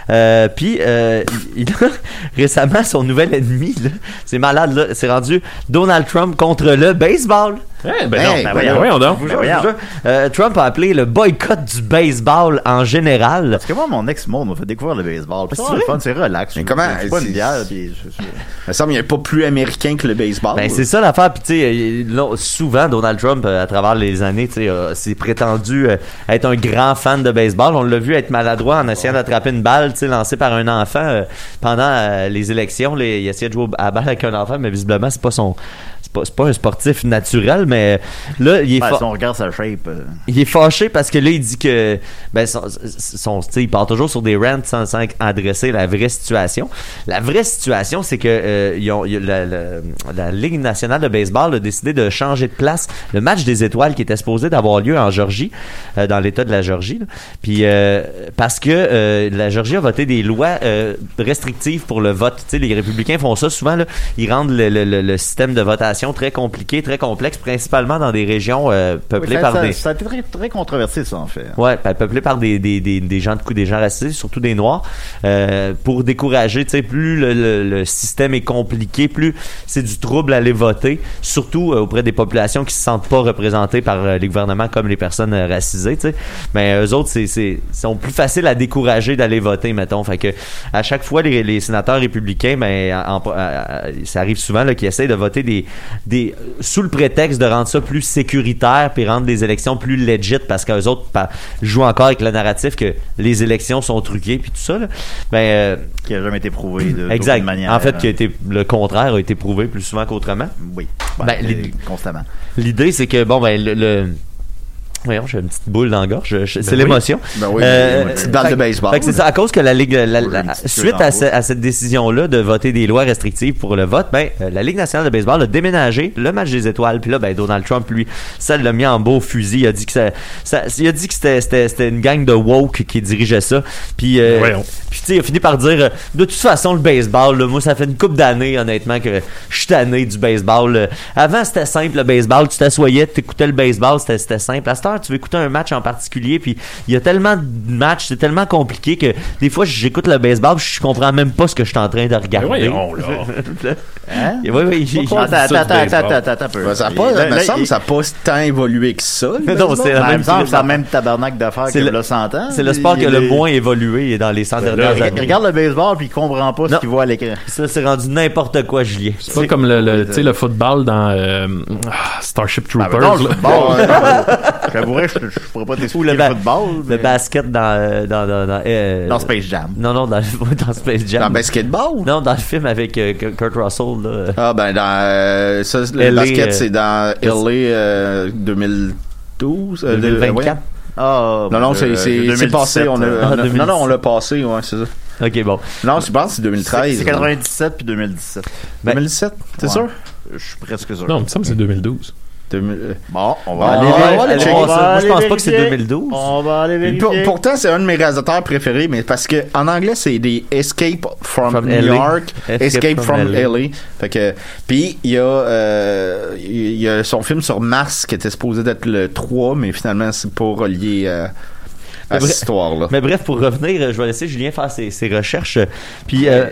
[SPEAKER 9] Euh, Puis, euh, il, il a [laughs] récemment son nouvel ennemi, là, c'est malade, là, c'est rendu Donald Trump contre le baseball.
[SPEAKER 7] Eh, ben non,
[SPEAKER 6] Hey,
[SPEAKER 7] ben
[SPEAKER 6] voyons.
[SPEAKER 7] voyons donc.
[SPEAKER 9] Je vous
[SPEAKER 6] Ben
[SPEAKER 9] jure, je
[SPEAKER 6] voyons.
[SPEAKER 9] vous jure. Euh, Trump a appelé le boycott du baseball en général.
[SPEAKER 6] Parce que moi, mon ex-monde m'a fait découvrir le baseball. Puis C'est
[SPEAKER 9] Ah, c'est
[SPEAKER 6] vraiment le
[SPEAKER 9] vrai?
[SPEAKER 6] fun, c'est relax.
[SPEAKER 8] Mais comment-
[SPEAKER 6] C'est pas une
[SPEAKER 8] c'est-
[SPEAKER 6] bière, puis c'est- c'est-
[SPEAKER 8] Ça semble qu'il n'y a pas plus américain que le baseball.
[SPEAKER 9] Ben, c'est ça l'affaire. Puis, tu sais, euh, ils l'ont- souvent, Donald Trump, euh, à travers les années, tu sais, euh, s'est prétendu euh, être un grand fan de baseball. On l'a vu être maladroit en essayant d'attraper une balle, tu sais, lancée par un enfant euh, pendant euh, les élections. les- il essayait de jouer à la balle avec un enfant, mais visiblement, c'est pas son. C'est pas, c'est pas un sportif naturel, mais euh, là, il est
[SPEAKER 6] Ben,
[SPEAKER 9] fa-
[SPEAKER 6] si on regarde sa shape. euh,
[SPEAKER 9] il est fâché parce que là, il dit que. Ben, son, son- tu sais, il part toujours sur des rants sans, sans adresser la vraie situation. La vraie situation, c'est que euh, ils ont- ils- la, la- la Ligue nationale de baseball a décidé de changer de place le match des étoiles qui était supposé d'avoir lieu en Georgie, euh, dans l'État de la Georgie. là. Puis, euh, parce que euh, la Georgie a voté des lois euh, restrictives pour le vote. Tu sais, les républicains font ça souvent. Là, ils rendent le, le- le- le système de votation très compliqué, très complexe, principalement dans des régions euh, peuplées
[SPEAKER 6] ça,
[SPEAKER 9] par
[SPEAKER 6] ça-
[SPEAKER 9] des.
[SPEAKER 6] ça a été très, très controversé, ça, en fait.
[SPEAKER 9] Ouais, pa- peuplé par des, des, des, des gens de coup, des gens racisés, surtout des noirs, euh, pour décourager, tu sais, plus le, le, le système est compliqué, plus c'est du trouble à aller voter, surtout euh, auprès des populations qui se sentent pas représentées par euh, les gouvernements comme les personnes euh, racisées, tu sais. Mais eux autres, c'est, c'est, sont plus faciles à décourager d'aller voter, mettons. Fait que, à chaque fois, les, les sénateurs républicains, ben, en- en- euh, ça arrive souvent, là, qu'ils essayent de voter des, des, sous le prétexte de rendre ça plus sécuritaire puis rendre les élections plus legit parce qu'eux autres pa- jouent encore avec le narratif que les élections sont truquées puis tout ça. Là. Ben, euh,
[SPEAKER 6] Qui a jamais été prouvé de
[SPEAKER 9] exact.
[SPEAKER 6] d'aucune manière.
[SPEAKER 9] en fait,
[SPEAKER 6] hein.
[SPEAKER 9] qui a été, le contraire a été prouvé plus souvent qu'autrement.
[SPEAKER 6] Oui. Ben,
[SPEAKER 9] Ben,
[SPEAKER 6] euh,
[SPEAKER 9] les-
[SPEAKER 6] Constamment.
[SPEAKER 9] L'idée, c'est que, bon, ben, le. le- Voyons, j'ai une petite boule dans la gorge. Je- je- c'est
[SPEAKER 5] oui.
[SPEAKER 9] l'émotion. Euh,
[SPEAKER 5] Ben oui, une petite balle
[SPEAKER 9] fait-
[SPEAKER 5] de baseball.
[SPEAKER 9] fait que c'est ça. À cause que la Ligue. la- la- la-
[SPEAKER 5] petite queue
[SPEAKER 9] suite
[SPEAKER 5] dans la
[SPEAKER 9] à, ce- à cette décision-là de voter des lois restrictives pour le vote, ben, euh, la Ligue nationale de baseball a déménagé le match des étoiles. Puis là, ben, Donald Trump, lui, ça l'a mis en beau fusil. Il a dit que, ça, ça- il a dit que c'était, c'était- c'était une gang de woke qui dirigeait ça. Puis,
[SPEAKER 5] Ben
[SPEAKER 9] euh, puis tu sais, il a fini par dire euh, de toute façon, le baseball, là, moi, ça fait une coupe d'années, honnêtement, que je suis tanné du baseball. là. Avant, c'était simple, le baseball. Tu t'assoyais, tu écoutais le baseball, c'était, c'était simple. À cette heure, tu veux écouter un match en particulier, puis il y a tellement de matchs, c'est tellement compliqué que des fois, j'écoute le baseball, puis je comprends même pas ce que je suis en train de regarder.
[SPEAKER 6] voyons, là. Hein?
[SPEAKER 9] [laughs] Oui, oui, j'ai-
[SPEAKER 6] Pourquoi on dit ça du baseball? Ben, ça a pas-
[SPEAKER 8] il me
[SPEAKER 6] là,
[SPEAKER 8] semble
[SPEAKER 6] il-
[SPEAKER 8] que ça n'a pas tant évolué que ça. le
[SPEAKER 6] Mais non,
[SPEAKER 8] baseball.
[SPEAKER 6] c'est la
[SPEAKER 8] Ben,
[SPEAKER 6] même
[SPEAKER 8] il me semble
[SPEAKER 6] chose, c'est
[SPEAKER 8] que ça
[SPEAKER 6] la
[SPEAKER 8] a même
[SPEAKER 6] même tabarnak d'affaires que
[SPEAKER 9] C'est le-
[SPEAKER 6] le 100 ans.
[SPEAKER 9] C'est le sport qui a le moins évolué dans les 100 dernières
[SPEAKER 6] Regarde
[SPEAKER 9] années.
[SPEAKER 6] Ben regarde le baseball puis il comprend pas ce qu'il voit à l'écran.
[SPEAKER 9] Ça, c'est rendu n'importe quoi, Julien.
[SPEAKER 7] C'est pas comme le, le, tu sais, le football dans euh, ah, Starship Troopers.
[SPEAKER 6] non, le
[SPEAKER 7] là.
[SPEAKER 6] [laughs]
[SPEAKER 8] [laughs]
[SPEAKER 6] football, euh, J'avouerais, je, je pourrais pas t'expliquer le, football.
[SPEAKER 9] Le basket dans, euh, dans, dans, dans, euh,
[SPEAKER 6] Dans Space Jam.
[SPEAKER 9] Non, non, dans, le- [laughs] dans Space Jam. Dans
[SPEAKER 8] basketball?
[SPEAKER 9] Non, dans le film avec euh, Kurt Russell. Là.
[SPEAKER 8] Ah ben dans euh, ça, le
[SPEAKER 9] LA,
[SPEAKER 8] basket
[SPEAKER 9] euh,
[SPEAKER 8] c'est dans LA euh, 2012 euh, de-
[SPEAKER 9] 2024.
[SPEAKER 8] ouais.
[SPEAKER 6] Ah,
[SPEAKER 8] non non c'est
[SPEAKER 6] euh,
[SPEAKER 8] c'est- c'est
[SPEAKER 6] 2017,
[SPEAKER 8] passé on a,
[SPEAKER 6] euh,
[SPEAKER 8] on a- non
[SPEAKER 6] 2017.
[SPEAKER 8] non on l'a passé ouais c'est ça.
[SPEAKER 9] OK bon.
[SPEAKER 8] Non, je pense que c'est 2013.
[SPEAKER 6] C'est 97 puis 2017.
[SPEAKER 8] 2017, t'es
[SPEAKER 6] Ouais. Euh,
[SPEAKER 8] sûr
[SPEAKER 6] Je suis presque sûr.
[SPEAKER 7] Non, il me semble que c'est 2012.
[SPEAKER 8] Bon,
[SPEAKER 6] on
[SPEAKER 7] va aller
[SPEAKER 6] vérifier. Allez, on va aller vérifier.
[SPEAKER 9] 2012.
[SPEAKER 6] On va aller
[SPEAKER 8] Et
[SPEAKER 6] vérifier.
[SPEAKER 8] pour- pourtant, c'est un de mes réalisateurs préférés, mais parce que en anglais, c'est des Escape from,
[SPEAKER 9] From
[SPEAKER 8] New
[SPEAKER 9] LA.
[SPEAKER 8] York,
[SPEAKER 9] Escape
[SPEAKER 8] Escape,
[SPEAKER 9] from
[SPEAKER 8] from,
[SPEAKER 9] LA.
[SPEAKER 8] LA. Fait que, puis il y a, euh, il y a son film sur Mars qui était supposé être le 3, mais finalement, c'est pas relié euh, à,
[SPEAKER 9] Mais bref-
[SPEAKER 8] cette histoire-là.
[SPEAKER 9] Mais bref, pour revenir, euh, je vais laisser Julien faire ses, ses recherches. euh, Puis. euh,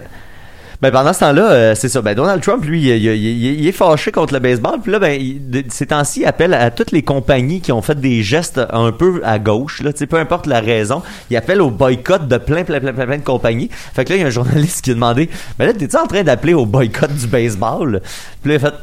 [SPEAKER 9] ben pendant ce temps-là, euh, c'est ça. Ben Donald Trump, lui, il, il- il- il est fâché contre le baseball. Puis là, ben, il- de- ces temps-ci, il appelle à toutes les compagnies qui ont fait des gestes un peu à gauche. Là, tu sais, peu importe la raison, il appelle au boycott de plein, plein, plein, plein, plein de compagnies. Fait que là, il y a un journaliste qui a demandé, ben là, t'es-tu en train d'appeler au boycott du baseball Puis là, il a fait,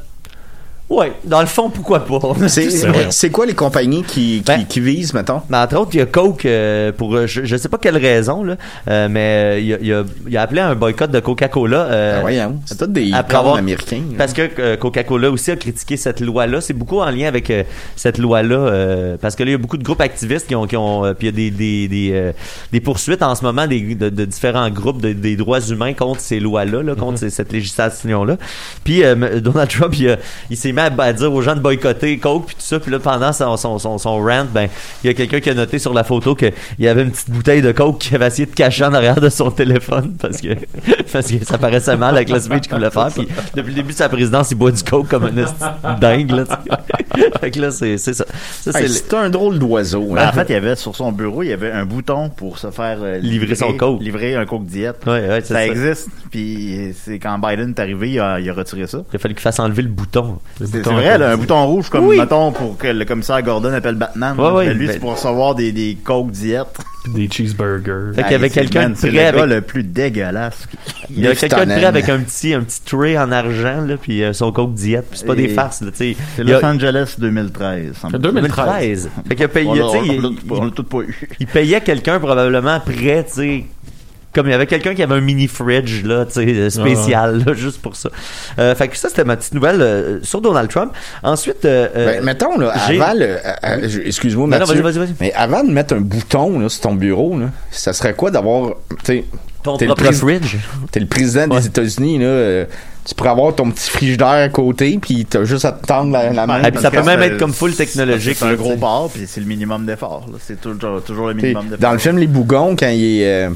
[SPEAKER 9] ouais, dans le fond, pourquoi pas [laughs]
[SPEAKER 8] C'est- C'est quoi les compagnies qui, qui, qui visent, mettons?
[SPEAKER 9] Ben, entre autres, il y a Coke euh, pour euh, je, je sais pas quelle raison, là, euh, mais euh, il a, il a- il a appelé à un boycott de Coca-Cola. euh,
[SPEAKER 8] Ben voyons, c'est tous des
[SPEAKER 9] après
[SPEAKER 8] icônes
[SPEAKER 9] avoir-
[SPEAKER 8] américains. là.
[SPEAKER 9] Parce que euh, Coca-Cola aussi a critiqué cette loi-là. C'est beaucoup en lien avec euh, cette loi-là. euh, parce que là, il y a beaucoup de groupes activistes qui ont. Qui ont euh, puis il y a des, des, des, euh, des poursuites en ce moment des, de, de différents groupes de- des droits humains contre ces lois-là, là, contre ces- cette législation-là. Puis euh, m- Donald Trump, il, a- il s'est mis à, à dire aux gens de boycotter Coke, puis tout ça. Puis là, pendant son, son, son, son rant, ben, il y a quelqu'un qui a noté sur la photo qu'il y avait une petite bouteille de Coke qu'il avait essayé de cacher en arrière de son téléphone parce que, [laughs] parce que ça paraissait mal avec le speech qu'il voulait faire. Puis depuis le début de sa présidence, il boit du Coke comme un esti de dingue. Là, tu sais. [laughs] fait que là, c'est c'est ça. ça
[SPEAKER 8] Hey,
[SPEAKER 9] c'est
[SPEAKER 8] c'est un drôle d'oiseau.
[SPEAKER 6] Ben,
[SPEAKER 8] hein.
[SPEAKER 6] en fait, il y avait sur son bureau, il y avait un bouton pour se faire euh,
[SPEAKER 9] Livrer son coke.
[SPEAKER 6] livrer un coke diète.
[SPEAKER 9] Ouais, ouais,
[SPEAKER 6] ça,
[SPEAKER 9] c'est ça.
[SPEAKER 6] existe. Puis c'est quand Biden est arrivé, il a, il a retiré ça.
[SPEAKER 9] Il a fallu qu'il fasse enlever le bouton.
[SPEAKER 6] C'est c'est vrai, là, un bouton rouge comme mettons pour que le commissaire Gordon appelle Batman.
[SPEAKER 9] Ouais,
[SPEAKER 6] là.
[SPEAKER 9] ouais,
[SPEAKER 6] Ben, lui,
[SPEAKER 9] ben-
[SPEAKER 6] c'est pour recevoir des, des coke diète.
[SPEAKER 7] Des cheeseburgers.
[SPEAKER 9] Fait qu'il y avait
[SPEAKER 6] Hey, c'est-
[SPEAKER 9] quelqu'un
[SPEAKER 6] man,
[SPEAKER 9] de
[SPEAKER 6] C'est le
[SPEAKER 9] prêt
[SPEAKER 6] gars
[SPEAKER 9] avec-
[SPEAKER 6] le plus dégueulasse.
[SPEAKER 9] Il y a quelqu'un de prêt
[SPEAKER 6] prêt
[SPEAKER 9] avec un petit, un petit tray en argent, là, puis euh, son coke diète. Puis c'est pas des
[SPEAKER 6] Et-
[SPEAKER 9] farces, là, tu sais.
[SPEAKER 6] C'est
[SPEAKER 9] Il y a-
[SPEAKER 6] Los Angeles 2013. semble-t-il.
[SPEAKER 9] 2013. Fait qu'il a payé,
[SPEAKER 6] On l'a-
[SPEAKER 9] tu sais,
[SPEAKER 6] on l'a-
[SPEAKER 9] il-
[SPEAKER 6] on l'a tout pas eu.
[SPEAKER 9] il payait quelqu'un probablement prêt, tu sais. Comme il y avait quelqu'un qui avait un mini fridge là, tu sais, euh, spécial là, juste pour ça. Euh, fait que ça c'était ma petite nouvelle euh, sur Donald Trump. Ensuite, euh, euh,
[SPEAKER 8] Ben, mettons, là,
[SPEAKER 9] j'ai-
[SPEAKER 8] avant le- à- à- je- excuse-moi,
[SPEAKER 9] Non, non,
[SPEAKER 8] Oh, Mathieu,
[SPEAKER 9] vas-y, vas-y, vas-y.
[SPEAKER 8] mais avant de mettre un bouton là, sur ton bureau, là, ça serait quoi d'avoir, tu sais,
[SPEAKER 9] Ton
[SPEAKER 8] t'es le
[SPEAKER 9] propre
[SPEAKER 8] prés-
[SPEAKER 9] fridge.
[SPEAKER 8] T'es le président des États-Unis, là, euh, tu pourrais avoir ton petit frigidaire à côté, puis t'as juste à te tendre la, la main.
[SPEAKER 9] Ah, puis ça peut
[SPEAKER 6] Parce que
[SPEAKER 9] même
[SPEAKER 6] c'est-
[SPEAKER 9] être comme full technologique,
[SPEAKER 6] C'est
[SPEAKER 9] là,
[SPEAKER 6] un
[SPEAKER 9] tu
[SPEAKER 6] gros
[SPEAKER 9] sais.
[SPEAKER 6] bar, puis c'est le minimum d'effort. là. C'est toujours, toujours le
[SPEAKER 8] T'sais,
[SPEAKER 6] minimum d'effort.
[SPEAKER 8] Dans le film Les Bougons, quand il est. euh,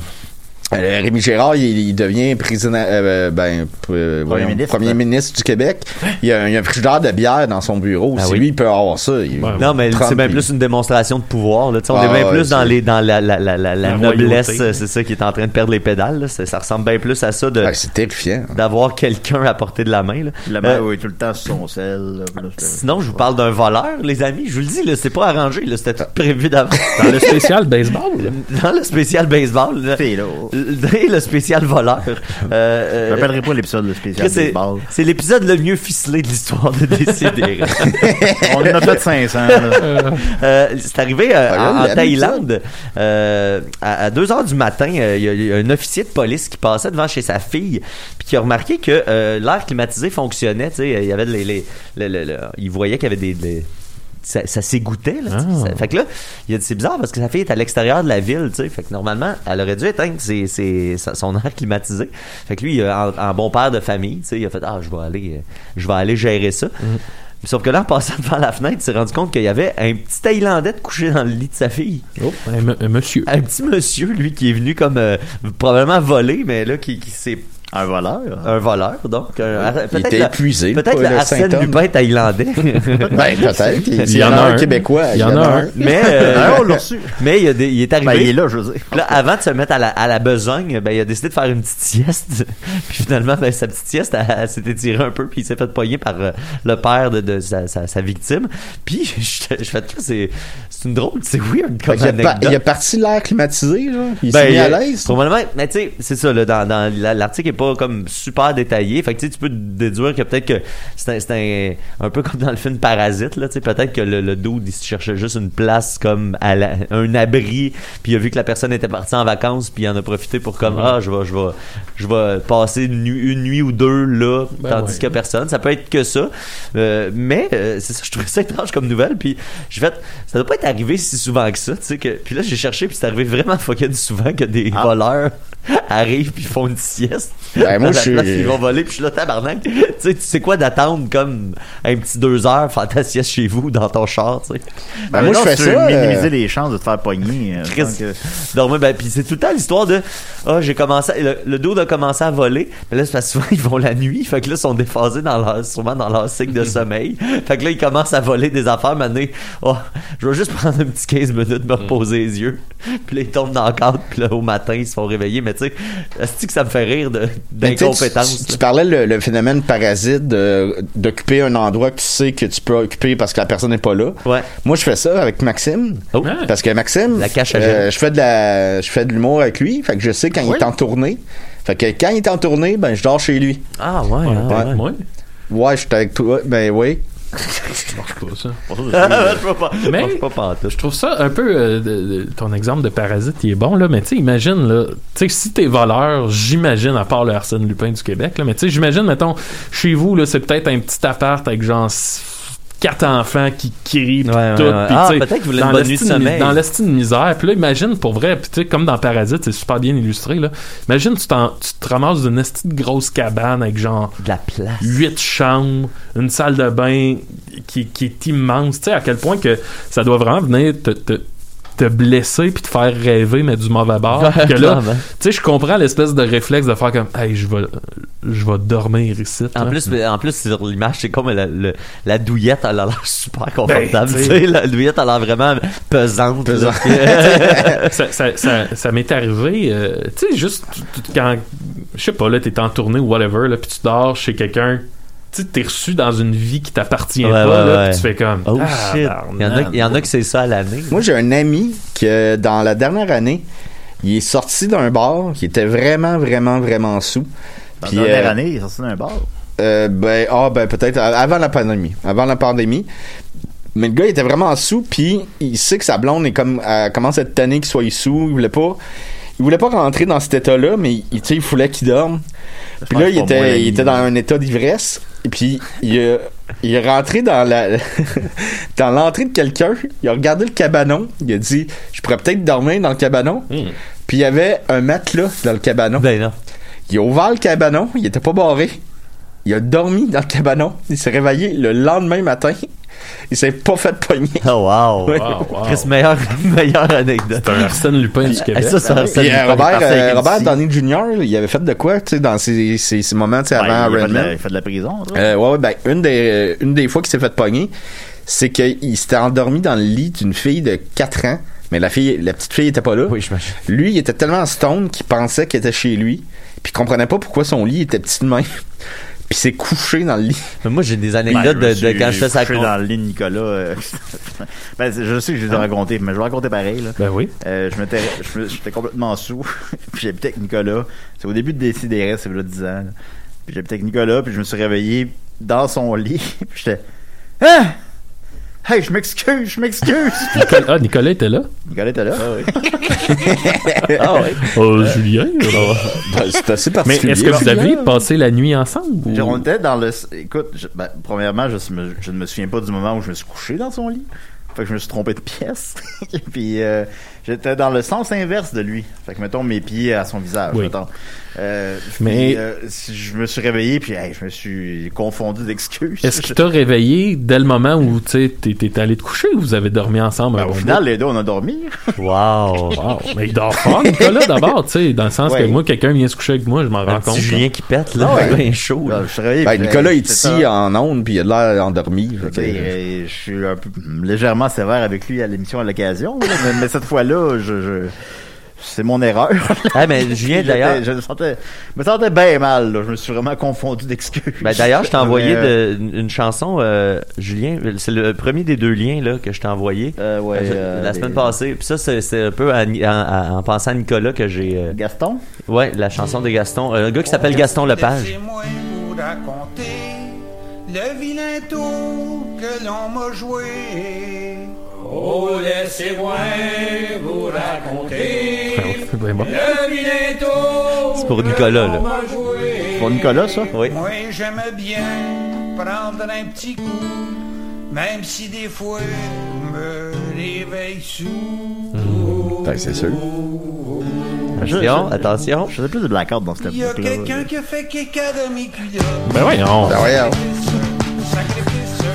[SPEAKER 8] euh, Rémi Gérard, il, il devient président, euh, ben, p- euh, voyons, premier,
[SPEAKER 6] ministre.
[SPEAKER 8] ministre. du Québec. Il y a, il y a un frigidaire de bière dans son bureau.
[SPEAKER 9] Ah
[SPEAKER 8] si
[SPEAKER 9] oui.
[SPEAKER 8] lui, il peut avoir ça. il-
[SPEAKER 9] Non, mais
[SPEAKER 8] Trump,
[SPEAKER 9] c'est bien
[SPEAKER 8] il-
[SPEAKER 9] plus une démonstration de pouvoir. Là. Tu sais, On
[SPEAKER 8] Ah,
[SPEAKER 9] est bien
[SPEAKER 8] ouais,
[SPEAKER 9] plus dans,
[SPEAKER 8] c'est-
[SPEAKER 9] les, dans la, la, la, la, la
[SPEAKER 8] La
[SPEAKER 9] noblesse,
[SPEAKER 8] royauté.
[SPEAKER 9] euh, c'est ça qui est en train de perdre les pédales. là. C'est- Ça ressemble bien plus à ça de
[SPEAKER 8] Ah, c'est terrifiant.
[SPEAKER 9] d'avoir quelqu'un à portée de la main. là.
[SPEAKER 6] La
[SPEAKER 9] Euh,
[SPEAKER 6] mère, oui, tout le temps sur son sel. là, puis là, c'est-
[SPEAKER 9] Sinon, je vous parle d'un voleur, les amis. Je vous le dis, là, c'est pas arrangé. là, C'était tout prévu d'avance.
[SPEAKER 7] Dans le spécial baseball.
[SPEAKER 9] [laughs] Dans le spécial baseball. là. Le, le spécial voleur.
[SPEAKER 6] Je
[SPEAKER 9] Euh, euh,
[SPEAKER 6] rappellerai pas l'épisode de spécial
[SPEAKER 9] Chris, c'est-
[SPEAKER 6] baseball.
[SPEAKER 9] c'est l'épisode le mieux ficelé de l'histoire de Décider.
[SPEAKER 6] [laughs] On en
[SPEAKER 9] [laughs]
[SPEAKER 6] a fait 500. là.
[SPEAKER 9] Euh, c'est arrivé euh,
[SPEAKER 6] Ah,
[SPEAKER 9] en, en
[SPEAKER 6] la
[SPEAKER 9] Thaïlande euh, à 2h du matin euh, il y a- il y, a un officier de police qui passait devant chez sa fille puis qui a remarqué que euh, l'air climatisé fonctionnait tu sais, il y avait les, les- le- le- le- il voyait qu'il y avait des, des- ça, ça s'égouttait. là, tu sais.
[SPEAKER 7] Ah.
[SPEAKER 9] Ça- Fait que là, il a dit, c'est bizarre parce que sa fille est à l'extérieur de la ville, tu sais. Fait que normalement, elle aurait dû éteindre ses- ses- sa- son air climatisé. Fait que lui, il a- en, en bon père de famille, tu sais, il a fait, ah, je vais aller, euh, je vais aller gérer ça.
[SPEAKER 7] Mm.
[SPEAKER 9] Sauf que là, en passant devant la fenêtre, il s'est rendu compte qu'il y avait un petit Thaïlandais de couché dans le lit de sa fille.
[SPEAKER 7] Oh, un, monsieur.
[SPEAKER 9] Un petit monsieur, lui, qui est venu comme euh, probablement voler, mais là, qui, qui s'est.
[SPEAKER 6] Un voleur.
[SPEAKER 9] Un voleur, donc. un- peut-être
[SPEAKER 8] était
[SPEAKER 9] le-
[SPEAKER 8] épuisé, le
[SPEAKER 9] Peut-être
[SPEAKER 8] pauvre
[SPEAKER 9] le Arsène
[SPEAKER 8] Saint-Homme.
[SPEAKER 9] Lupin thaïlandais.
[SPEAKER 8] [laughs] Ben, peut-être. Il- Il y en a un Québécois,
[SPEAKER 9] Il y en a un.
[SPEAKER 8] [laughs]
[SPEAKER 9] Mais, euh,
[SPEAKER 8] Un, Ah, on l'a
[SPEAKER 6] reçu.
[SPEAKER 9] Mais il, y a des- il est arrivé.
[SPEAKER 6] Ben, il est là, je veux dire.
[SPEAKER 9] Puis là, avant de se mettre à la, à la besogne, ben, il a décidé de faire une petite sieste. [laughs] Puis finalement, ben, sa petite sieste, elle, elle s'est étirée un peu, puis il s'est fait pogner par euh, le père de, de sa, sa- sa victime. Puis [laughs] je, je fais que c'est c'est une drôle, c'est weird comme
[SPEAKER 8] il, a par-
[SPEAKER 9] anecdote.
[SPEAKER 8] il a parti l'air climatisé, là. Il
[SPEAKER 9] Ben,
[SPEAKER 8] s'est mis à
[SPEAKER 9] il-
[SPEAKER 8] l'aise.
[SPEAKER 9] Probablement, mais tu sais, c'est ça, là, dans, dans la- l'article est pas comme super détaillé. Fait que tu sais, tu peux déduire que peut-être que c'est un, c'est un, un peu comme dans le film Parasite, là, tu sais, peut-être que le, le dude, il se cherchait juste une place comme à la- un abri, puis il a vu que la personne était partie en vacances, puis il en a profité pour comme, ah, je vais, je vais, je vais passer une, nu- une nuit ou deux là,
[SPEAKER 7] Ben
[SPEAKER 9] tandis
[SPEAKER 7] ouais.
[SPEAKER 9] que personne. Ça peut être que ça. Euh, mais euh, c'est ça, je trouvais ça étrange comme nouvelle. Puis j'ai fait, ça doit pas être arrivé si souvent que ça. tu sais que, puis là, j'ai cherché, puis c'est arrivé vraiment fucking souvent que des
[SPEAKER 6] Ah.
[SPEAKER 9] voleurs [laughs] arrivent puis font une sieste.
[SPEAKER 8] Ben, moi,
[SPEAKER 9] Dans la
[SPEAKER 8] je
[SPEAKER 9] place,
[SPEAKER 8] suis-
[SPEAKER 9] Ils vont voler, puis je suis là, tabarnak. tu sais, tu sais quoi d'attendre comme un petit deux heures, faire ta sieste chez vous, dans ton char, tu sais.
[SPEAKER 6] Ben, moi,
[SPEAKER 9] non,
[SPEAKER 6] je fais
[SPEAKER 9] c'est
[SPEAKER 6] ça.
[SPEAKER 9] minimiser
[SPEAKER 6] minimiser les chances de te faire pogner. euh,
[SPEAKER 9] Chris.
[SPEAKER 6] tant que-
[SPEAKER 9] Dormir, ben, puis c'est tout le temps l'histoire de Ah, j'ai commencé. à- Le, le dude a commencé à voler. Mais là, c'est parce que souvent, [laughs] ils vont la nuit. Fait que là, ils sont déphasés dans leur, sûrement dans leur cycle de sommeil. [laughs] Fait que là, ils commencent à voler des affaires. Mané, oh, je vais juste [laughs] prendre un petit 15 minutes, me reposer les yeux. [laughs] Puis là, ils tombent dans le cadre. Puis là, au matin, ils se font réveiller. Mais tu sais, c'est que ça me fait rire de-
[SPEAKER 8] Mais tu sais,
[SPEAKER 9] d'incompétence.
[SPEAKER 8] Tu, tu parlais le, le phénomène parasite de- d'occuper un endroit que tu sais que tu peux occuper parce que la personne n'est pas là. Moi, je fais ça avec Maxime.
[SPEAKER 7] Ah.
[SPEAKER 8] Parce que Maxime,
[SPEAKER 9] Oh. à
[SPEAKER 8] euh,
[SPEAKER 9] gel.
[SPEAKER 8] je fais de la, je fais de l'humour avec lui. Fait que je sais quand il est en tournée. Fait que quand il est en tournée, ben je dors chez lui.
[SPEAKER 9] Ah ouais.
[SPEAKER 8] ouais.
[SPEAKER 7] moi.
[SPEAKER 8] Ouais, je suis avec toi. Ben oui.
[SPEAKER 9] [laughs]
[SPEAKER 7] ça.
[SPEAKER 9] Ah,
[SPEAKER 8] euh,
[SPEAKER 9] Mais
[SPEAKER 7] Mais
[SPEAKER 9] je
[SPEAKER 7] trouve ça un peu euh, de- de- ton exemple de parasite il est bon là, mais tu sais imagine là, tu sais si t'es voleur, j'imagine à part le Arsène Lupin du Québec là, mais tu sais j'imagine mettons chez vous là c'est peut-être un petit appart avec genre s- quatre enfants qui crient pis
[SPEAKER 9] ouais,
[SPEAKER 7] tout,
[SPEAKER 9] ouais.
[SPEAKER 7] pis,
[SPEAKER 9] Ah,
[SPEAKER 7] tu sais,
[SPEAKER 9] peut-être que vous voulez une
[SPEAKER 7] dans
[SPEAKER 9] bonne nuit de
[SPEAKER 7] l'estime-
[SPEAKER 9] sommeil.
[SPEAKER 7] dans l'estime de misère puis là imagine pour vrai pis tu sais comme dans Parasite c'est super bien illustré là imagine tu, t'en- tu te ramasses dans une estime de grosse cabane avec genre
[SPEAKER 9] de la place
[SPEAKER 7] huit chambres, une salle de bain qui, qui est immense. Tu sais, à quel point que ça doit vraiment venir te, te, te blesser puis te faire rêver, mais du mauvais bord. Puis que là,
[SPEAKER 9] Clairement.
[SPEAKER 7] tu sais, je comprends l'espèce de réflexe de faire comme, hey, je vais, je vais dormir ici.
[SPEAKER 9] En
[SPEAKER 7] là. [laughs]
[SPEAKER 9] plus, en plus, sur l'image, c'est comme la, le- la douillette, elle a l'air super confortable.
[SPEAKER 7] Ben,
[SPEAKER 9] tu sais, la douillette, elle a l'air vraiment pesante. là.
[SPEAKER 7] ça, ça- ça- ça m'est arrivé, euh, tu sais, juste tu- tu- quand, je sais pas, là, t'es en tournée ou whatever, là, puis tu dors chez quelqu'un, tu sais, t'es reçu dans une vie qui t'appartient
[SPEAKER 9] Ouais,
[SPEAKER 7] pas,
[SPEAKER 9] ouais,
[SPEAKER 7] là,
[SPEAKER 9] ouais.
[SPEAKER 7] puis tu fais comme,
[SPEAKER 9] Oh
[SPEAKER 7] Ah,
[SPEAKER 9] shit. Il y, en a,
[SPEAKER 7] barnac.
[SPEAKER 9] il y en a que c'est ça à l'année.
[SPEAKER 8] Moi, j'ai un ami que dans la dernière année, il est sorti d'un bar qui était vraiment, vraiment, vraiment sous.
[SPEAKER 6] Dans
[SPEAKER 8] Puis,
[SPEAKER 6] la dernière
[SPEAKER 8] euh,
[SPEAKER 6] année, il est sorti d'un bar.
[SPEAKER 8] Euh, ben, ah, ben, peut-être euh, avant la pandémie. Avant la pandémie. Mais le gars, il était vraiment sous, puis il sait que sa blonde est comme, elle commence à être tannée qu'il soit sous. Il voulait pas, il voulait pas rentrer dans cet état-là, mais il, tu sais, il voulait qu'il dorme. Puis
[SPEAKER 6] pense
[SPEAKER 8] là, il
[SPEAKER 6] pas, moi, la
[SPEAKER 8] était, il
[SPEAKER 6] nuit,
[SPEAKER 8] était dans un état d'ivresse, et puis il, a- il est rentré dans la, [laughs] dans l'entrée de quelqu'un. Il a regardé le cabanon. Il a dit, je pourrais peut-être dormir dans le cabanon. Puis il y avait un matelas dans le cabanon. Il a ouvert le cabanon, il était pas barré. Il a dormi dans le cabanon. Il s'est réveillé le lendemain matin. Il s'est pas fait pogner.
[SPEAKER 9] Oh wow!
[SPEAKER 8] Ouais.
[SPEAKER 7] Wow, wow.
[SPEAKER 9] Chris, meilleure, [laughs] meilleure anecdote.
[SPEAKER 7] C'est un Arsène Lupin du Québec.
[SPEAKER 9] Ça, c'est un Arsène
[SPEAKER 8] Puis, euh,
[SPEAKER 9] Lupin
[SPEAKER 8] Robert,
[SPEAKER 9] parfait Ben,
[SPEAKER 8] euh,
[SPEAKER 9] avec une
[SPEAKER 8] Robert
[SPEAKER 9] scie.
[SPEAKER 8] Downey Jr., il avait fait de quoi, tu sais, dans ces, ces- ces moments, tu sais, avant
[SPEAKER 6] il, a fait
[SPEAKER 8] Iron
[SPEAKER 6] de la,
[SPEAKER 8] Man?
[SPEAKER 6] il fait de la prison. toi.
[SPEAKER 8] Euh, ouais, ouais, ben, une des, une des fois qu'il s'est fait pogner, c'est qu'il s'était endormi dans le lit d'une fille de 4 ans. Mais la fille, la petite fille était pas là. Lui, il était tellement stone qu'il pensait qu'il était chez lui. Puis il comprenait pas pourquoi son lit était petit de main. [laughs] Puis il s'est couché dans le lit.
[SPEAKER 9] Mais moi, j'ai des anecdotes
[SPEAKER 6] Ben,
[SPEAKER 9] de, de
[SPEAKER 6] me
[SPEAKER 9] quand
[SPEAKER 6] suis
[SPEAKER 9] je fais ça.
[SPEAKER 6] couché dans le lit de Nicolas. euh, [laughs] ben, c'est- je sais que je les ai racontés, mais je vais raconter pareil. Là.
[SPEAKER 7] Ah. Ben oui.
[SPEAKER 6] Euh, je m'étais, je me- j'étais complètement sous. [laughs] puis j'habitais avec Nicolas. C'est au début de Décideret, c'est là 10 ans. là. Puis [laughs] j'habitais avec Nicolas, puis je me suis réveillé dans son lit. puis j'étais. Ah! Hey, je m'excuse, je m'excuse.
[SPEAKER 7] Nicolas, ah, Nicolas était là?
[SPEAKER 6] Nicolas était là. [laughs]
[SPEAKER 7] Ah oui. Euh, Julien. alors.
[SPEAKER 8] bah, c'est assez
[SPEAKER 7] Mais
[SPEAKER 8] particulier.
[SPEAKER 7] est-ce que vous
[SPEAKER 6] Julien.
[SPEAKER 7] aviez passé la nuit ensemble? ou-
[SPEAKER 6] On était dans le. Écoute, je- ben, premièrement, je, me- je ne me souviens pas du moment où je me suis couché dans son lit. Fait que je me suis trompé de pièce. [laughs] Et Puis euh, j'étais dans le sens inverse de lui. Fait que mettons mes pieds à son visage.
[SPEAKER 7] Oui.
[SPEAKER 6] mettons. Euh,
[SPEAKER 7] Mais-
[SPEAKER 6] Mais je me suis réveillé puis hey, je me suis confondu d'excuses.
[SPEAKER 7] Est-ce qu'il t'a réveillé dès le moment où tu sais, t'es t'es allé te coucher ou vous avez dormi ensemble?
[SPEAKER 6] Ben, Au final, les deux, on a dormi. [laughs]
[SPEAKER 9] Wow!
[SPEAKER 7] Mais il dort fort, Ah, Nicolas, d'abord, tu sais, dans le sens
[SPEAKER 6] Ouais.
[SPEAKER 7] que moi, quelqu'un vient se coucher avec moi, je m'en rends compte.
[SPEAKER 9] petit Julien qui pète, là,
[SPEAKER 7] Ah ouais.
[SPEAKER 9] [laughs] bien chaud. là.
[SPEAKER 8] Ben, Nicolas est ici en onde, puis il a de l'air endormi. fait
[SPEAKER 6] Tu
[SPEAKER 8] que-
[SPEAKER 6] sais, euh, je suis un peu légèrement sévère avec lui à l'émission à l'occasion, là, mais, mais cette fois-là, je, je- c'est mon erreur.
[SPEAKER 9] [laughs] Ah, mais Julien,
[SPEAKER 6] J'étais-
[SPEAKER 9] d'ailleurs-
[SPEAKER 6] je me sentais, je me sentais bien mal. là. Je me suis vraiment confondu d'excuses.
[SPEAKER 9] Ben, d'ailleurs, je t'ai envoyé
[SPEAKER 6] Mais, euh,
[SPEAKER 9] de- une chanson, euh, Julien. C'est le premier des deux liens là, que je t'ai envoyé
[SPEAKER 6] euh,
[SPEAKER 9] la semaine
[SPEAKER 6] les-
[SPEAKER 9] passée. Puis ça, c'est c'est un peu à Ni- en, en- en pensant à Nicolas que j'ai. euh,
[SPEAKER 6] Gaston?
[SPEAKER 9] Ouais, la chanson de Gaston. Euh, un gars qui s'appelle Gaston Lepage.
[SPEAKER 13] Laissez-moi vous raconter le vilain tour que l'on m'a joué.
[SPEAKER 14] Oh, laissez-moi vous raconter
[SPEAKER 7] C'est bien bon.
[SPEAKER 14] le vilain tour
[SPEAKER 9] C'est pour Nicolas, là.
[SPEAKER 14] qu'on m'a joué.
[SPEAKER 6] Pour Nicolas, ça?
[SPEAKER 9] Oui.
[SPEAKER 13] Moi, j'aime bien prendre un petit coup, même si des fois je me réveille sous.
[SPEAKER 8] Putain, C'est sûr.
[SPEAKER 9] Attention, attention.
[SPEAKER 6] Je faisais plus de blackout dans cette
[SPEAKER 13] Il y a
[SPEAKER 6] époque-là.
[SPEAKER 13] quelqu'un qui a fait caca dans mes culottes.
[SPEAKER 7] Ben voyons.
[SPEAKER 6] Ben voyons.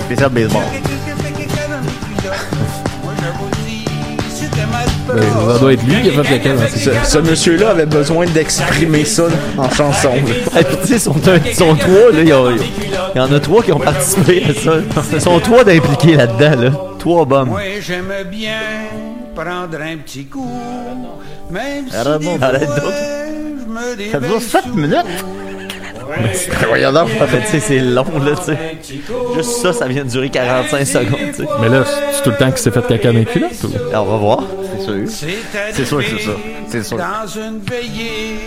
[SPEAKER 6] Spécial baseball.
[SPEAKER 7] Ben, Ça doit être lui qui a fait lequel. hein, c'est
[SPEAKER 8] Ce, ce monsieur-là avait besoin d'exprimer ça en
[SPEAKER 7] [laughs]
[SPEAKER 8] chanson.
[SPEAKER 9] Ah, puis tu sais, sont, un- sont trois, là. ils ont- Il y en a trois qui ont participé à ça. Ils sont trois d'impliqués là-dedans, là. Trois bombes.
[SPEAKER 13] Moi, j'aime bien prendre un petit coup, même si
[SPEAKER 6] Arrête
[SPEAKER 13] des
[SPEAKER 6] donc.
[SPEAKER 13] fois,
[SPEAKER 6] Arrête donc.
[SPEAKER 13] je me
[SPEAKER 6] Ça
[SPEAKER 13] réveille
[SPEAKER 6] dure 7 minutes?
[SPEAKER 9] Voyons donc. tu sais, c'est long, là, tu sais. Juste ça, ça vient de durer 45 secondes, tu sais.
[SPEAKER 7] ça. Mais là, c'est tout le temps qu'il s'est fait caca dans les culottes. ou?
[SPEAKER 9] Alors, on va voir.
[SPEAKER 6] C'est sûr.
[SPEAKER 13] C'est
[SPEAKER 6] sûr que c'est ça. C'est sûr.
[SPEAKER 13] dans une veillée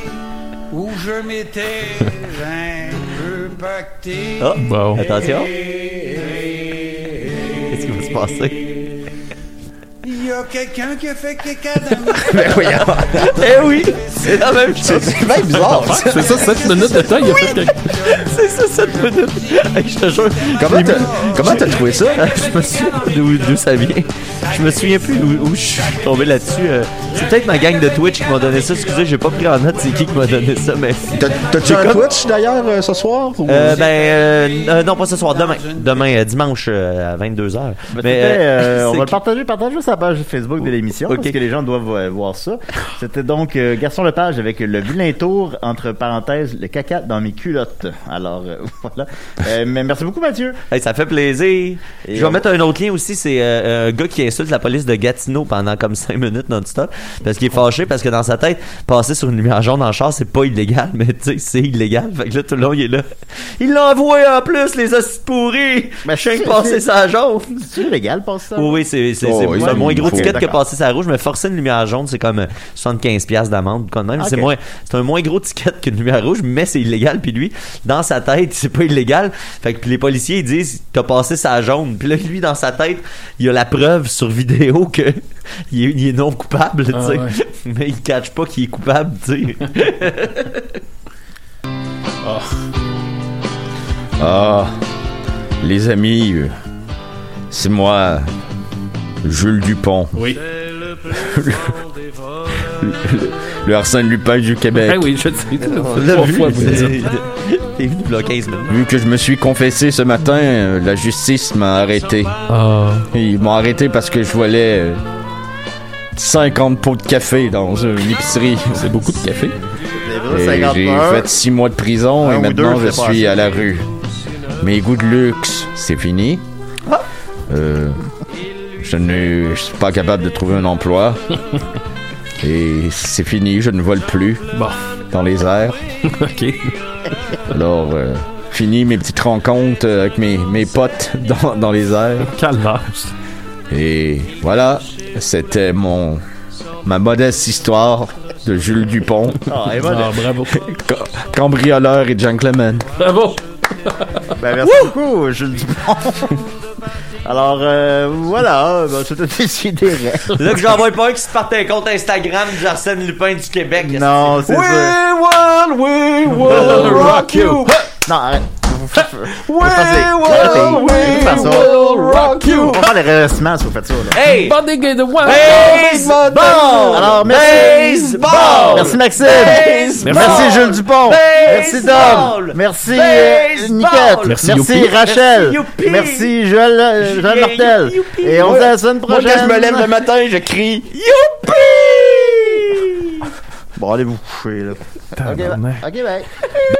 [SPEAKER 13] où je m'étais un peu pacté.
[SPEAKER 9] Ah,
[SPEAKER 7] Bon.
[SPEAKER 9] attention. Qu'est-ce qui va se
[SPEAKER 13] [laughs]
[SPEAKER 9] passer?
[SPEAKER 13] Il y a quelqu'un qui a fait caca dans mes
[SPEAKER 8] Ben voyons.
[SPEAKER 9] [laughs] eh oui, c'est la même chose.
[SPEAKER 8] C'est bien bizarre. ça.
[SPEAKER 7] Ah, C'est ça, 7 minutes de temps, Ah, il a fait caca.
[SPEAKER 9] [laughs] C'est ça, cette minute. Hey, je te jure.
[SPEAKER 8] Comment t'as-
[SPEAKER 9] [laughs]
[SPEAKER 8] comment t'as trouvé ça?
[SPEAKER 9] je me souviens d'où, d'où ça vient. Je me souviens plus où, où je suis tombé là-dessus. euh. c'est peut-être ma gang de Twitch qui m'a donné ça. Excusez, j'ai pas pris en note c'est qui qui m'a donné ça, mais.
[SPEAKER 8] T'as- T'as-tu
[SPEAKER 9] J'ai
[SPEAKER 8] un
[SPEAKER 9] comme-
[SPEAKER 8] Twitch d'ailleurs euh, ce soir? ou-
[SPEAKER 9] Euh, ben, euh, euh, non, pas ce soir, demain. Demain, euh, dimanche euh, à 22h.
[SPEAKER 6] C'était, euh, on
[SPEAKER 9] [laughs] c'est
[SPEAKER 6] va le
[SPEAKER 9] qui-
[SPEAKER 6] partager, partager sur la page Facebook de l'émission
[SPEAKER 9] Ok.
[SPEAKER 6] parce que les gens doivent euh, voir ça. C'était donc euh, Garçon Lepage avec le vilain tour entre parenthèses le caca dans mes culottes. Alors euh, [laughs] voilà. Euh, mais merci beaucoup Mathieu.
[SPEAKER 9] Hey, ça fait plaisir.
[SPEAKER 6] Et
[SPEAKER 9] je vais
[SPEAKER 6] on-
[SPEAKER 9] mettre un autre lien aussi. C'est euh, un gars qui insulte la police de Gatineau pendant comme [laughs] 5 minutes non-stop parce qu'il est fâché parce que dans sa tête, passer sur une lumière jaune en char, c'est pas illégal, [laughs] mais tu sais, c'est illégal. Fait que là, tout le long, il est là. Il l'a envoyé en plus, les os pourris.
[SPEAKER 6] Mais
[SPEAKER 9] Je sais que passer sa jaune.
[SPEAKER 6] Ben, C'est légal passer ça.
[SPEAKER 9] Oui, oui, c'est c'est-
[SPEAKER 8] Oh,
[SPEAKER 9] c'est-
[SPEAKER 8] oui,
[SPEAKER 9] c'est un
[SPEAKER 8] il
[SPEAKER 9] moins gros
[SPEAKER 8] faut.
[SPEAKER 9] ticket que
[SPEAKER 6] D'accord.
[SPEAKER 9] passer sa rouge, mais forcer une lumière jaune, c'est comme euh, 75$ d'amende quand même. C'est
[SPEAKER 6] Ok.
[SPEAKER 9] moins c'est un moins gros ticket qu'une lumière rouge, mais c'est illégal. Puis lui, dans sa tête, [laughs] c'est pas illégal. Fait que puis les policiers ils disent t'as passé sa jaune. Puis là, lui, dans sa tête, il a la preuve sur vidéo que [laughs] il est, il est non coupable,
[SPEAKER 7] Ah,
[SPEAKER 9] tu sais.
[SPEAKER 7] ouais.
[SPEAKER 9] [laughs] Mais il cache pas qu'il est coupable,
[SPEAKER 7] [laughs]
[SPEAKER 9] tu sais.
[SPEAKER 8] Ah, les amis, euh, c'est moi, Jules Dupont, [laughs]
[SPEAKER 7] Oui.
[SPEAKER 8] le, le Arsène Lupin du Québec.
[SPEAKER 7] Ben oui, je te
[SPEAKER 9] [laughs]
[SPEAKER 7] dis.
[SPEAKER 9] On l'a
[SPEAKER 7] Trois
[SPEAKER 9] vu.
[SPEAKER 7] fois, vous le dites.
[SPEAKER 9] c'est- [laughs] T'es venu bloquer 15 minutes.
[SPEAKER 8] Vu que je me suis confessé ce matin, euh, la justice m'a arrêté.
[SPEAKER 7] Ah.
[SPEAKER 8] Ils m'ont arrêté parce que je volais euh, 50 pots de café dans une épicerie.
[SPEAKER 7] C'est beaucoup de café.
[SPEAKER 8] Et J'ai fait 6 mois de prison
[SPEAKER 6] Un
[SPEAKER 8] et
[SPEAKER 6] ou
[SPEAKER 8] maintenant
[SPEAKER 6] deux,
[SPEAKER 8] je
[SPEAKER 6] c'est pas
[SPEAKER 8] suis
[SPEAKER 6] assez.
[SPEAKER 8] à la rue. Mes goûts de luxe, c'est fini. Euh, je ne je suis pas capable de trouver un emploi. Et c'est fini, je ne vole plus
[SPEAKER 7] Bon,
[SPEAKER 8] dans les airs.
[SPEAKER 7] ok.
[SPEAKER 8] Alors, euh, fini mes petites rencontres euh, avec mes, mes potes dans, dans les airs.
[SPEAKER 7] Calvaire.
[SPEAKER 8] Et voilà, c'était mon ma modeste histoire de Jules Dupont,
[SPEAKER 6] Ah, et voilà.
[SPEAKER 7] Ah, bravo.
[SPEAKER 8] ca- cambrioleur et gentleman.
[SPEAKER 7] Bravo.
[SPEAKER 6] Ben, merci beaucoup Jules Dupont. Alors, euh, voilà, ben, c'était décidé.
[SPEAKER 5] Là que j'en vois pas un qui se partait un compte Instagram du Arsène Lupin du Québec.
[SPEAKER 6] Non, c'est
[SPEAKER 5] Oui,
[SPEAKER 6] ça.
[SPEAKER 5] will, we will rock you.
[SPEAKER 6] Non, arrête.
[SPEAKER 5] We
[SPEAKER 6] Arrêtez.
[SPEAKER 5] will,
[SPEAKER 6] Faites
[SPEAKER 5] we
[SPEAKER 6] pas ça.
[SPEAKER 5] will rock
[SPEAKER 6] On
[SPEAKER 5] you.
[SPEAKER 6] va faire les redressements si vous faites ça. Là.
[SPEAKER 5] Hey! Baseball!
[SPEAKER 6] Alors, merci.
[SPEAKER 5] Baseball!
[SPEAKER 6] Merci, Maxime.
[SPEAKER 5] Baseball!
[SPEAKER 6] Merci, Jules Dupont. Merci,
[SPEAKER 5] Baseball!
[SPEAKER 6] Dom. Merci, euh,
[SPEAKER 5] Baseball!
[SPEAKER 6] Niquette.
[SPEAKER 5] Merci,
[SPEAKER 6] Merci,
[SPEAKER 5] Youpi.
[SPEAKER 6] Rachel.
[SPEAKER 5] Merci, Youpi.
[SPEAKER 6] Merci, Joël, euh,
[SPEAKER 5] Julien,
[SPEAKER 6] Joël Martel.
[SPEAKER 5] Youpi.
[SPEAKER 6] Et on se dit à la semaine
[SPEAKER 5] Moi,
[SPEAKER 6] prochaine.
[SPEAKER 5] quand je me lève le
[SPEAKER 6] matin, je crie Youpi! Bon, allez vous coucher, là.
[SPEAKER 8] Ok, bye.
[SPEAKER 5] ben.
[SPEAKER 9] [laughs]
[SPEAKER 6] Bye.